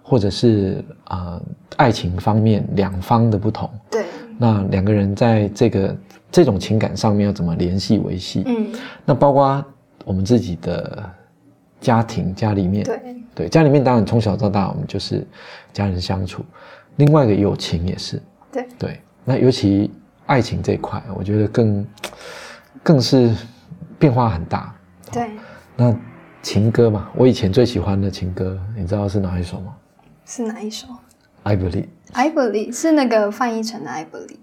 S1: 或者是啊、呃爱情方面两方的不同，
S2: 对，
S1: 那两个人在这个这种情感上面要怎么联系维系？
S2: 嗯
S1: 那包括我们自己的家庭家里面，
S2: 对
S1: 对家里面当然从小到大我们就是家人相处，另外一个友情也是，
S2: 对
S1: 对，那尤其爱情这一块，我觉得更更是变化很大。
S2: 对，
S1: 那情歌嘛，我以前最喜欢的情歌，你知道是哪一首吗
S2: 是哪一首
S1: ？I Believe，
S2: ？I believe 是那个范逸臣的 I believe。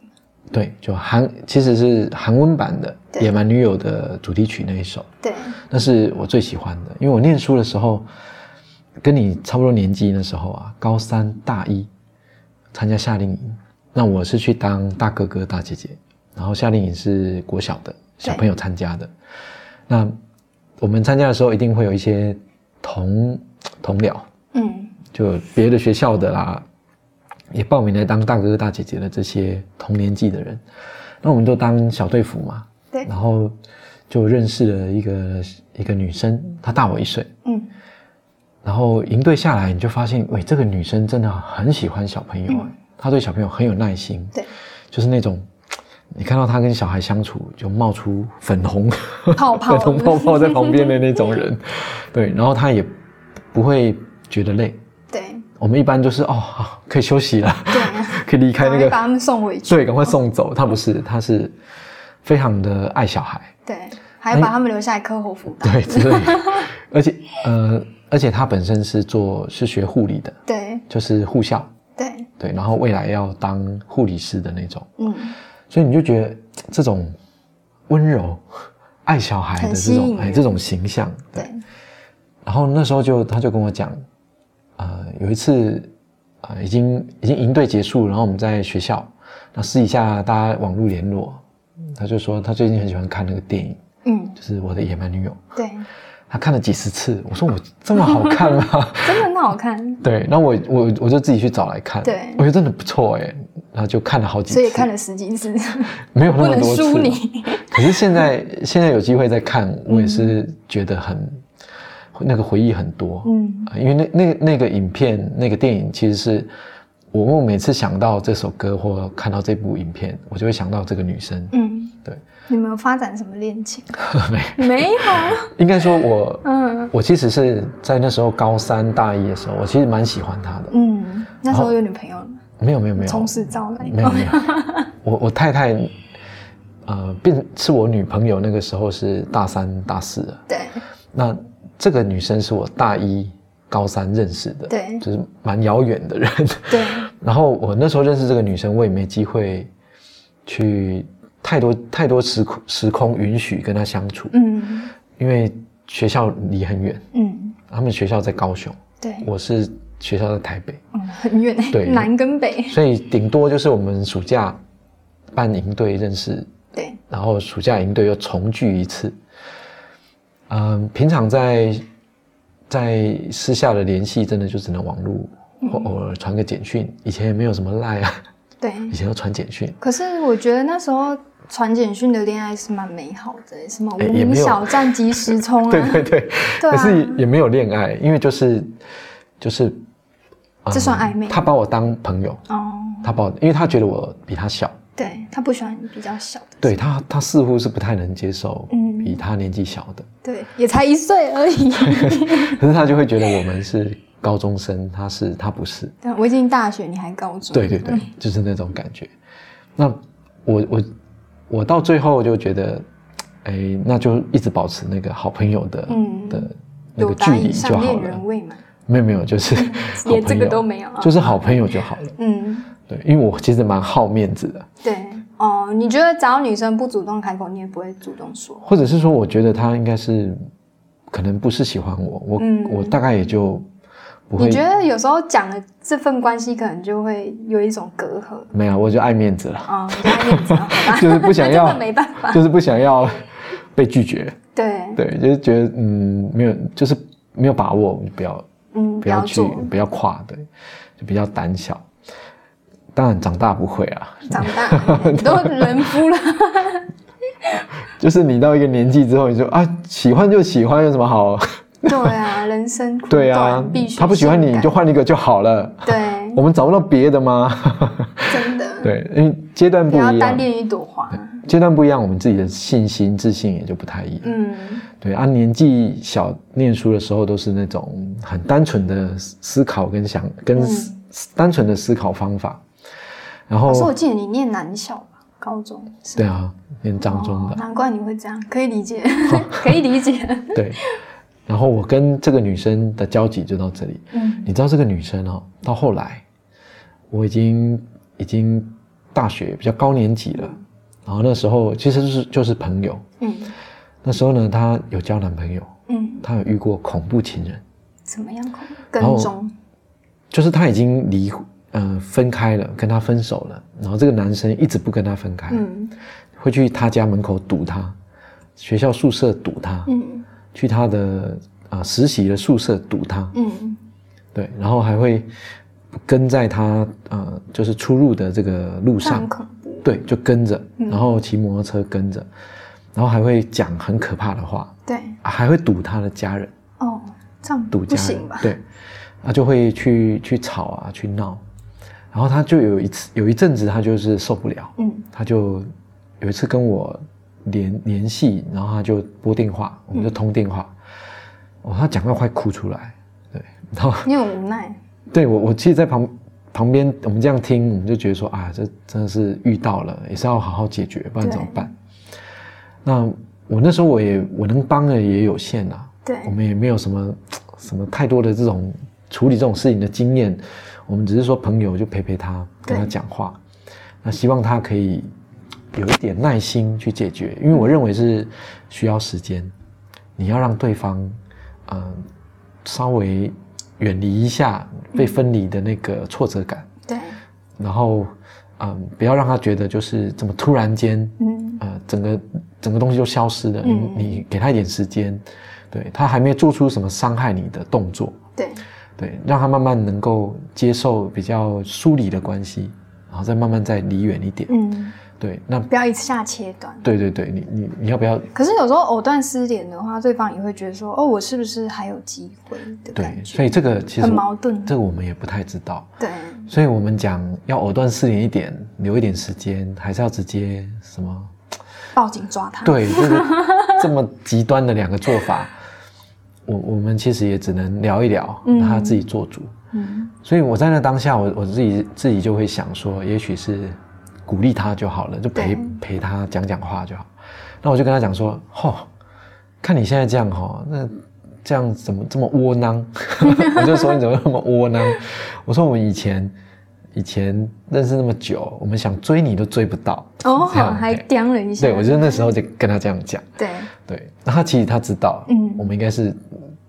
S1: 对，就韩其实是韩文版的《
S2: 对
S1: 野蛮女友》的主题曲那一首，
S2: 对，
S1: 那是我最喜欢的，因为我念书的时候，跟你差不多年纪那时候啊，高三大一参加夏令营，那我是去当大哥哥大姐姐，然后夏令营是国小的小朋友参加的，那我们参加的时候一定会有一些同同僚，
S2: 嗯
S1: 就别的学校的啦，也报名来当大哥哥大姐姐的这些同年纪的人，那我们就当小队服嘛。
S2: 对
S1: 然后就认识了一个一个女生，她大我一岁。
S2: 嗯
S1: 然后营队下来，你就发现，喂，这个女生真的很喜欢小朋友、啊
S2: 嗯
S1: 她对小朋友很有耐心，
S2: 对，
S1: 就是那种你看到她跟小孩相处就冒出粉红
S2: 泡泡
S1: 粉红泡泡在旁边的那种 人，对，然后她也不会觉得累。
S2: 对
S1: 我们一般就是哦，好可以休息了，
S2: 对，
S1: 可以离开那
S2: 赶快把
S1: 个，
S2: 他们送回去。
S1: 对，赶快送走。他不是，他是非常的爱小孩，
S2: 对，还把他们留下来课后辅导。
S1: 对，之类的。 而且呃，而且他本身是做是学护理的，
S2: 对
S1: 就是护校，
S2: 对，
S1: 对，然后未来要当护理师的那种，
S2: 嗯，
S1: 所以你就觉得这种温柔、爱小孩的
S2: 很
S1: 这
S2: 吸引
S1: 种哎
S2: 人
S1: 这种形象，对。
S2: 对，
S1: 然后那时候就他就跟我讲，呃，有一次啊、呃已经已经营队结束，然后我们在学校，那私底下大家网络联络，他就说他最近很喜欢看那个电影，
S2: 嗯，
S1: 就是我的野蛮女友，
S2: 对，
S1: 他看了几十次。我说我这么好看吗？
S2: 真的很好看，
S1: 对，然后我我我就自己去找来看，
S2: 对
S1: 我觉得真的不错哎，然后就看了好几次，
S2: 所以看了十几次，
S1: 没有那
S2: 不
S1: 么
S2: 能
S1: 多
S2: 输
S1: 次。
S2: 你。
S1: 可是现在现在有机会再看，我也是觉得很、那个回忆很多，
S2: 嗯
S1: 啊因为那那那个影片那个电影其实是我我每次想到这首歌或看到这部影片，我就会想到这个女生。
S2: 嗯，
S1: 对，
S2: 你们有发展什么恋情？
S1: 没
S2: 没有，啊
S1: 应该说我
S2: 嗯
S1: 我其实是在那时候高三大一的时候，我其实蛮喜欢她的。
S2: 嗯，那时候有女朋友了吗，
S1: 没有没有没有，
S2: 从实招来，
S1: 没有 没有，我我太太，呃，变是我女朋友那个时候是大三大四了。
S2: 对
S1: 那这个女生是我大一高三认识的，
S2: 对
S1: 就是蛮遥远的人。
S2: 对，
S1: 然后我那时候认识这个女生，我也没机会去太多太多时空时空允许跟她相处，
S2: 嗯
S1: 因为学校离很远，
S2: 嗯
S1: 他们学校在高雄，
S2: 对，
S1: 我是学校在台北，
S2: 嗯很远欸
S1: 对
S2: 南跟北，
S1: 所以顶多就是我们暑假办营队认识，
S2: 对
S1: 然后暑假营队又重聚一次。嗯，平常在在私下的联系，真的就只能网络
S2: 嗯
S1: 或偶尔传个简讯。以前也没有什么赖啊，
S2: 对。
S1: 以前都传简讯。
S2: 可是我觉得那时候传简讯的恋爱是蛮美好的欸，什么无
S1: 哎也
S2: 名
S1: 没有
S2: 小站即时冲 啊，
S1: 对对对，
S2: 对啊
S1: 可是也没有恋爱，因为就是就是，嗯
S2: 这算暧昧
S1: 他把我当朋友，
S2: 哦，
S1: 他把我，因为他觉得我比他小，
S2: 对他不喜欢比较小的，
S1: 对他他似乎是不太能接受
S2: 嗯
S1: 比他年纪小的。
S2: 对，也才一岁而 已。
S1: 可是他就会觉得我们是高中生，他是他不是，
S2: 但我已经大学，你还高中，
S1: 对对对，就是那种感觉。那我我我到最后就觉得，哎，那就一直保持那个好朋友的、
S2: 嗯
S1: 的那
S2: 有
S1: 个距
S2: 答应
S1: 离就
S2: 上
S1: 好
S2: 恋
S1: 了
S2: 人。味嘛？
S1: 没有没有，就是 好
S2: 连
S1: 朋
S2: 这个
S1: 友
S2: 都没有啊
S1: 就是好朋友就好了。
S2: 嗯，
S1: 对，因为我其实蛮好面子的，
S2: 对哦。你觉得只要女生不主动开口，你也不会主动说，
S1: 或者是说，我觉得他应该是可能不是喜欢我，我、
S2: 嗯
S1: 我大概也就不会
S2: 你觉得有时候讲了这份关系，可能就会有一种隔阂
S1: 没有，我就爱面 子了。
S2: 啊，哦你爱面子啊，好吧？
S1: 就是不想要
S2: 那真的没办 法，
S1: 就是不想要被拒绝，
S2: 对，
S1: 对，就是觉得嗯没有，就是没有把握，不要
S2: 嗯，
S1: 不
S2: 不
S1: 要
S2: 要
S1: 去
S2: 做，
S1: 不要跨，对，就比较胆小。当然长大不会啊，
S2: 长 大你都人夫了，
S1: 就是你到一个年纪之后，你就啊喜欢就喜欢，有什么好？
S2: 对啊，人生苦
S1: 对啊
S2: 短必，须
S1: 他不喜欢你，
S2: 性
S1: 你
S2: 感
S1: 就换一个就好了。
S2: 对，
S1: 我们找不到别的吗？
S2: 真的
S1: 对，因为阶段
S2: 不
S1: 不
S2: 要
S1: 一
S2: 单
S1: 样，
S2: 恋一朵花，
S1: 阶段不一样，我们自己的信心、自信也就不太一样。
S2: 嗯，
S1: 对啊，年纪小念书的时候都是那种很单纯的思思考跟想跟
S2: 嗯
S1: 思单纯的思考方法，然后
S2: 可是我记得你念男校吧，高中是
S1: 对啊，念张中
S2: 哦
S1: 的、
S2: 难怪你会这样，可以理解， 可以理解。
S1: 对，然后我跟这个女生的交集就到这里。
S2: 嗯，
S1: 你知道这个女生哦，到后来我已经已经大学比较高年级了，然后那时候其实就是就是朋友，
S2: 嗯
S1: 那时候呢她有交男朋友，
S2: 嗯，
S1: 她有遇过恐怖情人。
S2: 怎么样？
S1: 然后
S2: 跟踪，
S1: 就是他已经离呃分开了，跟他分手了，然后这个男生一直不跟他分开，
S2: 嗯
S1: 会去他家门口堵他，学校宿舍堵他，
S2: 嗯
S1: 去他的啊、呃实习的宿舍堵他，
S2: 嗯
S1: 对，然后还会跟在他呃就是出入的这个路
S2: 这样
S1: 上
S2: 很，恐怖。
S1: 对，就跟着，
S2: 嗯
S1: 然后骑摩托车跟着，然后还会讲很可怕的话，
S2: 对，
S1: 啊还会堵他的家人，
S2: 哦，这样
S1: 赌
S2: 不
S1: 家
S2: 行吧？
S1: 对，他就会去去吵啊，去闹，然后他就有一次有一阵子他就是受不了，
S2: 嗯
S1: 他就有一次跟我联联系，然后他就拨电话，我
S2: 嗯
S1: 们就通电话，哦，他讲到快哭出来，对，然后
S2: 你很无奈，
S1: 对我我其实，在旁旁边我们这样听，我们就觉得说啊，这真的是遇到了，也是要好好解决，不然
S2: 对
S1: 怎么办？那我那时候我也我能帮的也有限啊，
S2: 对
S1: 我们也没有什么什么太多的这种处理这种事情的经验，我们只是说朋友就陪陪他，跟他讲话，那希望他可以有一点耐心去解决，因为我认为是需要时间，你要让对方，嗯、稍微远离一下被分离的那个挫折感，
S2: 对，
S1: 然后，嗯，不要让他觉得就是这么突然间，
S2: 嗯，
S1: 呃，整个整个东西就消失了。你
S2: 嗯
S1: 你给他一点时间，对他还没做出什么伤害你的动作，
S2: 对，
S1: 对，让他慢慢能够接受比较疏离的关系，然后再慢慢再离远一点。
S2: 嗯，
S1: 对，那
S2: 不要一下切断。
S1: 对对对，你你你要不要？
S2: 可是有时候藕断丝连的话，对方也会觉得说，哦，我是不是还有机会的
S1: 对
S2: 感，觉，
S1: 所以这个其实
S2: 很矛盾
S1: 这个我们也不太知道。
S2: 对，
S1: 所以我们讲要藕断丝连一点，留一点时间，还是要直接什么
S2: 报警抓 他，，
S1: 对，这个这么极端的两个做法，我我们其实也只能聊一聊，
S2: 嗯
S1: 让他自己做主。
S2: 嗯，
S1: 所以我在那当下，我我自己自己就会想说，也许是鼓励他就好了，就陪
S2: 对
S1: 陪他讲讲话就好。那我就跟他讲说，吼、看你现在这样哈、那这样怎么这么窝囊？ 我就说你怎么那么窝囊？我说我们以前以前认识那么久，我们想追你都追不到。
S2: 哦，
S1: 这样
S2: 还
S1: 对
S2: 刁了一下，
S1: 对，我就那时候就跟他这样讲。
S2: 对，
S1: 对，那他其实他知道，
S2: 嗯
S1: 我们应该是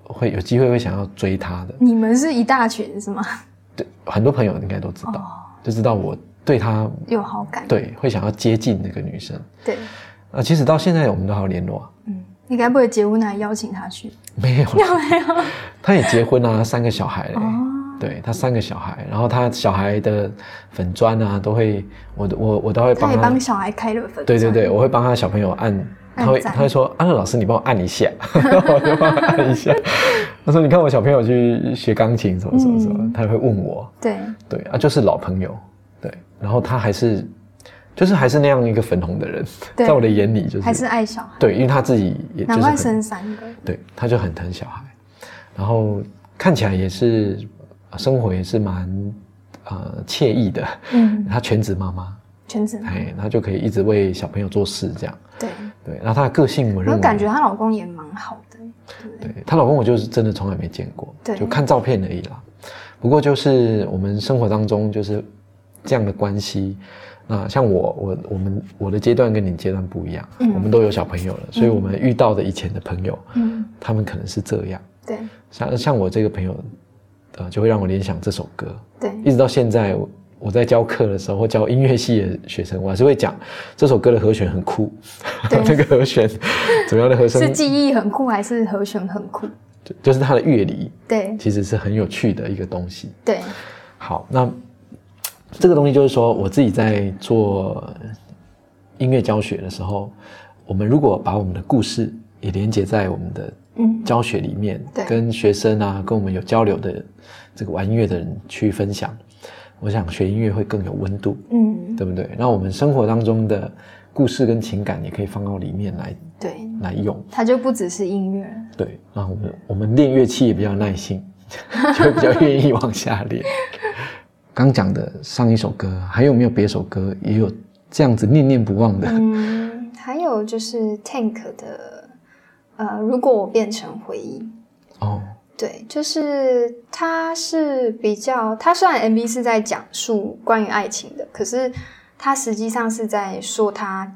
S1: 会有机会会想要追他的。
S2: 你们是一大群是吗？
S1: 对，很多朋友应该都知道，
S2: 哦
S1: 就知道我对他
S2: 有好感，
S1: 对会想要接近那个女生。
S2: 对，
S1: 啊，其实到现在我们都还有联络啊，
S2: 嗯，你该不会结婚还邀请他去？
S1: 没有啦， 他也结婚啊，三个小孩嘞。
S2: 哦，
S1: 对他三个小孩，然后他小孩的粉砖啊，都会我我我都会
S2: 他
S1: 帮
S2: 也
S1: 他，
S2: 帮小孩开了粉，
S1: 对对对，，我会帮他小朋友按，他会
S2: 按赞
S1: 他会说安乐老师，你帮我按一下， 我就帮他按一下。 他说你看我小朋友去学钢琴什么什么什么，
S2: 嗯
S1: 他也会问我，
S2: 对，
S1: 对啊，就是老朋友，对，然后他还是就是还是那样一个粉红的人，
S2: 对
S1: 在我的眼里就是
S2: 还是爱小孩，
S1: 对，因为他自己也就
S2: 难
S1: 是
S2: 怪
S1: 很
S2: 生三个，
S1: 对，他就很疼小孩，然后看起来也是呃生活也是蛮呃惬意的，
S2: 嗯，
S1: 他全职妈妈，
S2: 全职，
S1: 哎，他就可以一直为小朋友做事这样，
S2: 对，
S1: 对，然后他的个性我认
S2: 我
S1: 为
S2: 感觉她老公也蛮好的，对不对
S1: 对她老公，我就是真的从来没见过，
S2: 对
S1: 就看照片而已啦。不过就是我们生活当中就是这样的关系。那像我，我我们我的阶段跟你阶段不一样，
S2: 嗯
S1: 我们都有小朋友了，所以我们遇到的以前的朋友，
S2: 嗯，
S1: 他们可能是这样。
S2: 对
S1: 像像我这个朋友，呃，就会让我联想这首歌，
S2: 对，
S1: 一直到现在。我我在教课的时候，或教音乐系的学生，我还是会讲这首歌的和弦很酷，
S2: 对
S1: 那个和弦怎么样的和声
S2: 是，记忆很酷还是和弦很酷？
S1: 就就是它的乐理，
S2: 对
S1: 其实是很有趣的一个东西。
S2: 对，
S1: 好，那这个东西就是说，我自己在做音乐教学的时候，我们如果把我们的故事也连接在我们的
S2: 嗯，
S1: 教学里面
S2: 对，
S1: 跟学生啊，跟我们有交流的这个玩音乐的人去分享，我想学音乐会更有温度，
S2: 嗯，
S1: 对不对？那我们生活当中的故事跟情感也可以放到里面来
S2: 对，
S1: 来用。
S2: 他就不只是音乐了，
S1: 对，那啊我们我们练乐器也比较耐心， 就会比较愿意往下练。刚讲的上一首歌，还有没有别首歌也有这样子念念不忘的？
S2: 嗯，还有就是 Tank 的，呃，如果我变成回忆，
S1: 哦，
S2: 对，就是它是比较，它虽然 MV 是在讲述关于爱情的，可是它实际上是在说他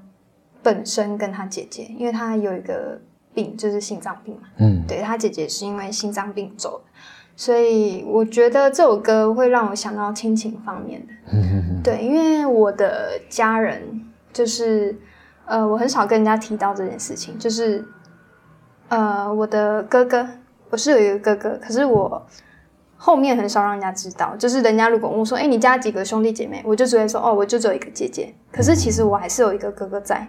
S2: 本身跟他姐姐，因为他有一个病，就是心脏病嘛。
S1: 嗯，
S2: 对他姐姐是因为心脏病走了，所以我觉得这首歌会让我想到亲情方面的。
S1: 嗯
S2: 对，因为我的家人就是，呃，我很少跟人家提到这件事情，就是，呃，我的哥哥，我是有一个哥哥，可是我后面很少让人家知道，就是人家如果问我说，哎，你家几个兄弟姐妹，我就只会说，哦，我就只有一个姐姐，可是其实我还是有一个哥哥在。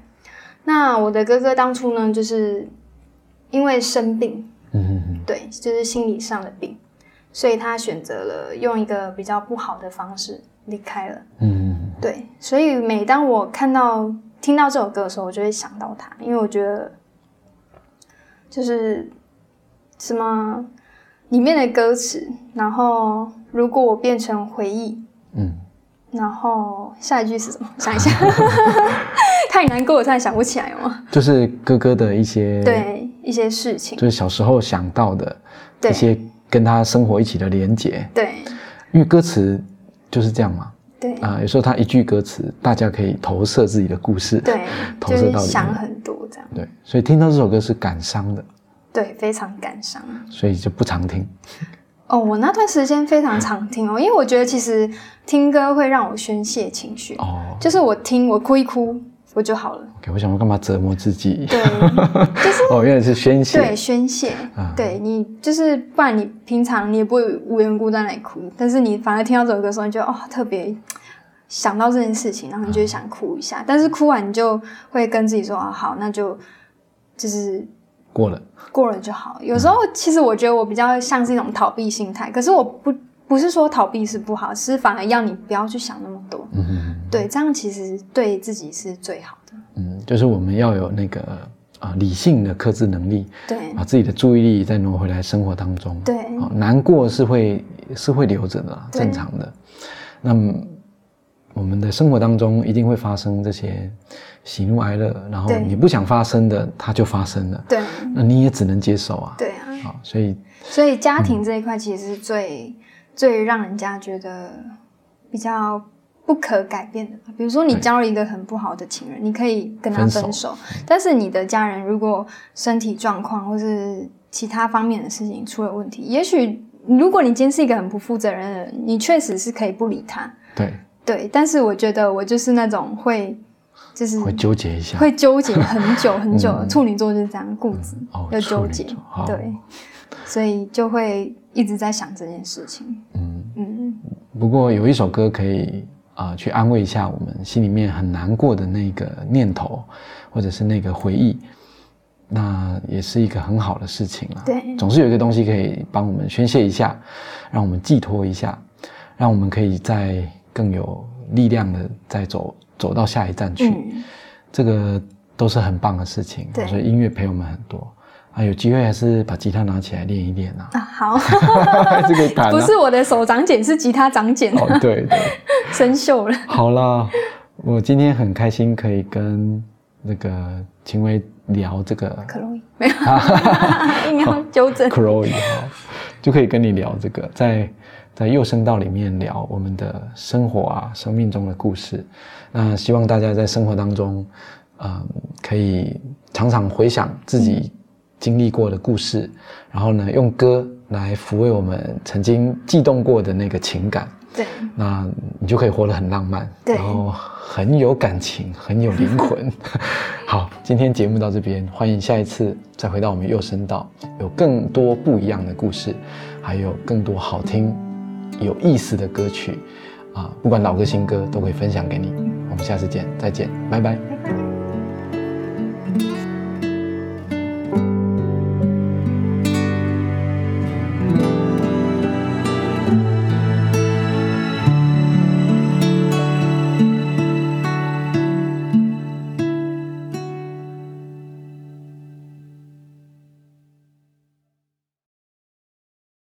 S2: 那我的哥哥当初呢，就是因为生病，
S1: 嗯嗯
S2: 对，就是心理上的病，所以他选择了用一个比较不好的方式离开了。
S1: 嗯
S2: 对，所以每当我看到、听到这首歌的时候，我就会想到他，因为我觉得就是什么里面的歌词，然后如果我变成回忆，
S1: 嗯，
S2: 然后下一句是什么？想 一下，太难过，我突然想不起来了嘛。
S1: 就是哥哥的一些，，
S2: 对，一些事情，
S1: 就是小时候想到的
S2: 对
S1: 一些跟他生活一起的连结。
S2: 对，
S1: 因为歌词就是这样嘛。
S2: 对
S1: 啊、有时候他一句歌词，大家可以投射自己的故事，
S2: 对，
S1: 投
S2: 就
S1: 射
S2: 是
S1: 到里
S2: 想
S1: 面。
S2: 很多这样，
S1: 对，所以听到这首歌是感伤的，
S2: 对，非常感伤。
S1: 所以就不常听。
S2: 哦，我那段时间非常常听哦，因为我觉得其实听歌会让我宣泄情绪，
S1: 哦
S2: 就是我听我哭一哭我就好了，
S1: ，OK，我想我干嘛折磨自己？
S2: 对，就是
S1: 哦，原来是宣
S2: 对
S1: 泄。
S2: 宣泄，
S1: 啊
S2: 对你就是不然你平常你也不会无缘无故在那里哭，但是你反而听到这首歌的时候，你就哦特别想到这件事情，然后你就会想哭一下，但是哭完你就会跟自己说啊好，那就就是
S1: 过了，
S2: 过了就好。有时候其实我觉得我比较像是一种逃避心态，可是我不不是说逃避是不好，是反而要你不要去想那么多，
S1: 嗯嗯
S2: 对，这样其实对自己是最好的，
S1: 嗯，就是我们要有那个啊、理性的克制能力，
S2: 对
S1: 把自己的注意力再挪回来生活当中。
S2: 对
S1: 哦，难过是会是会留着的啦，
S2: 对
S1: 正常的。那么我们的生活当中一定会发生这些喜怒哀乐，然后
S2: 对
S1: 你不想发生的，它就发生了，
S2: 对
S1: 那你也只能接受啊。
S2: 对啊。
S1: 啊、所以
S2: 所以家庭这一块其实是最、最让人家觉得比较不可改变的吧。比如说你
S1: 对
S2: 交了一个很不好的情人，你可以跟他分手，
S1: 分
S2: 但是你的家人如果身体状况或是其他方面的事情出了问题，也许如果你今天是一个很不负责任的人，你确实是可以不理他。
S1: 对，
S2: 对，但是我觉得我就是那种会，嗯就是
S1: 会纠结一下。
S2: 嗯会纠结很 久很久。处女座就是这样固执，
S1: 哦
S2: 又
S1: 处
S2: 纠
S1: 女
S2: 结
S1: 座好，
S2: 对，所以就会一直在想这件事情。
S1: 嗯，
S2: 嗯，
S1: 不过有一首歌可以啊、去安慰一下我们心里面很难过的那个念头，或者是那个回忆，那也是一个很好的事情啦。啊
S2: 对
S1: 总是有一个东西可以帮我们宣泄一下，让我们寄托一下，让我们可以再更有力量的再走走到下一站去。
S2: 嗯，
S1: 这个都是很棒的事情，啊
S2: 对，
S1: 所以音乐陪我们很多啊。有机会还是把吉他拿起来练一练啊
S2: 啊，好，
S1: 还是可以弹、啊。
S2: 不是我的手长茧，是吉他长茧，
S1: 哦，对对。
S2: 生锈 了。
S1: 好啦，我今天很开心可以跟那个秦薇聊这个
S2: 可容易 没有， 硬要纠正。
S1: Chloe 哈，就可以跟你聊这个，在在幼声道里面聊我们的生活啊，生命中的故事。那希望大家在生活当中，嗯，可以常常回想自己经历过的故事，然后呢，用歌来抚慰我们曾经悸动过的那个情感。
S2: 对，
S1: 那你就可以活得很浪漫，
S2: 对
S1: 然后很有感情，很有灵魂。好，今天节目到这边，欢迎下一次再回到我们右声道，有更多不一样的故事，还有更多好听、有意思的歌曲啊，不管老歌新歌都可以分享给你。我们下次见，再见，拜拜。
S2: 拜拜。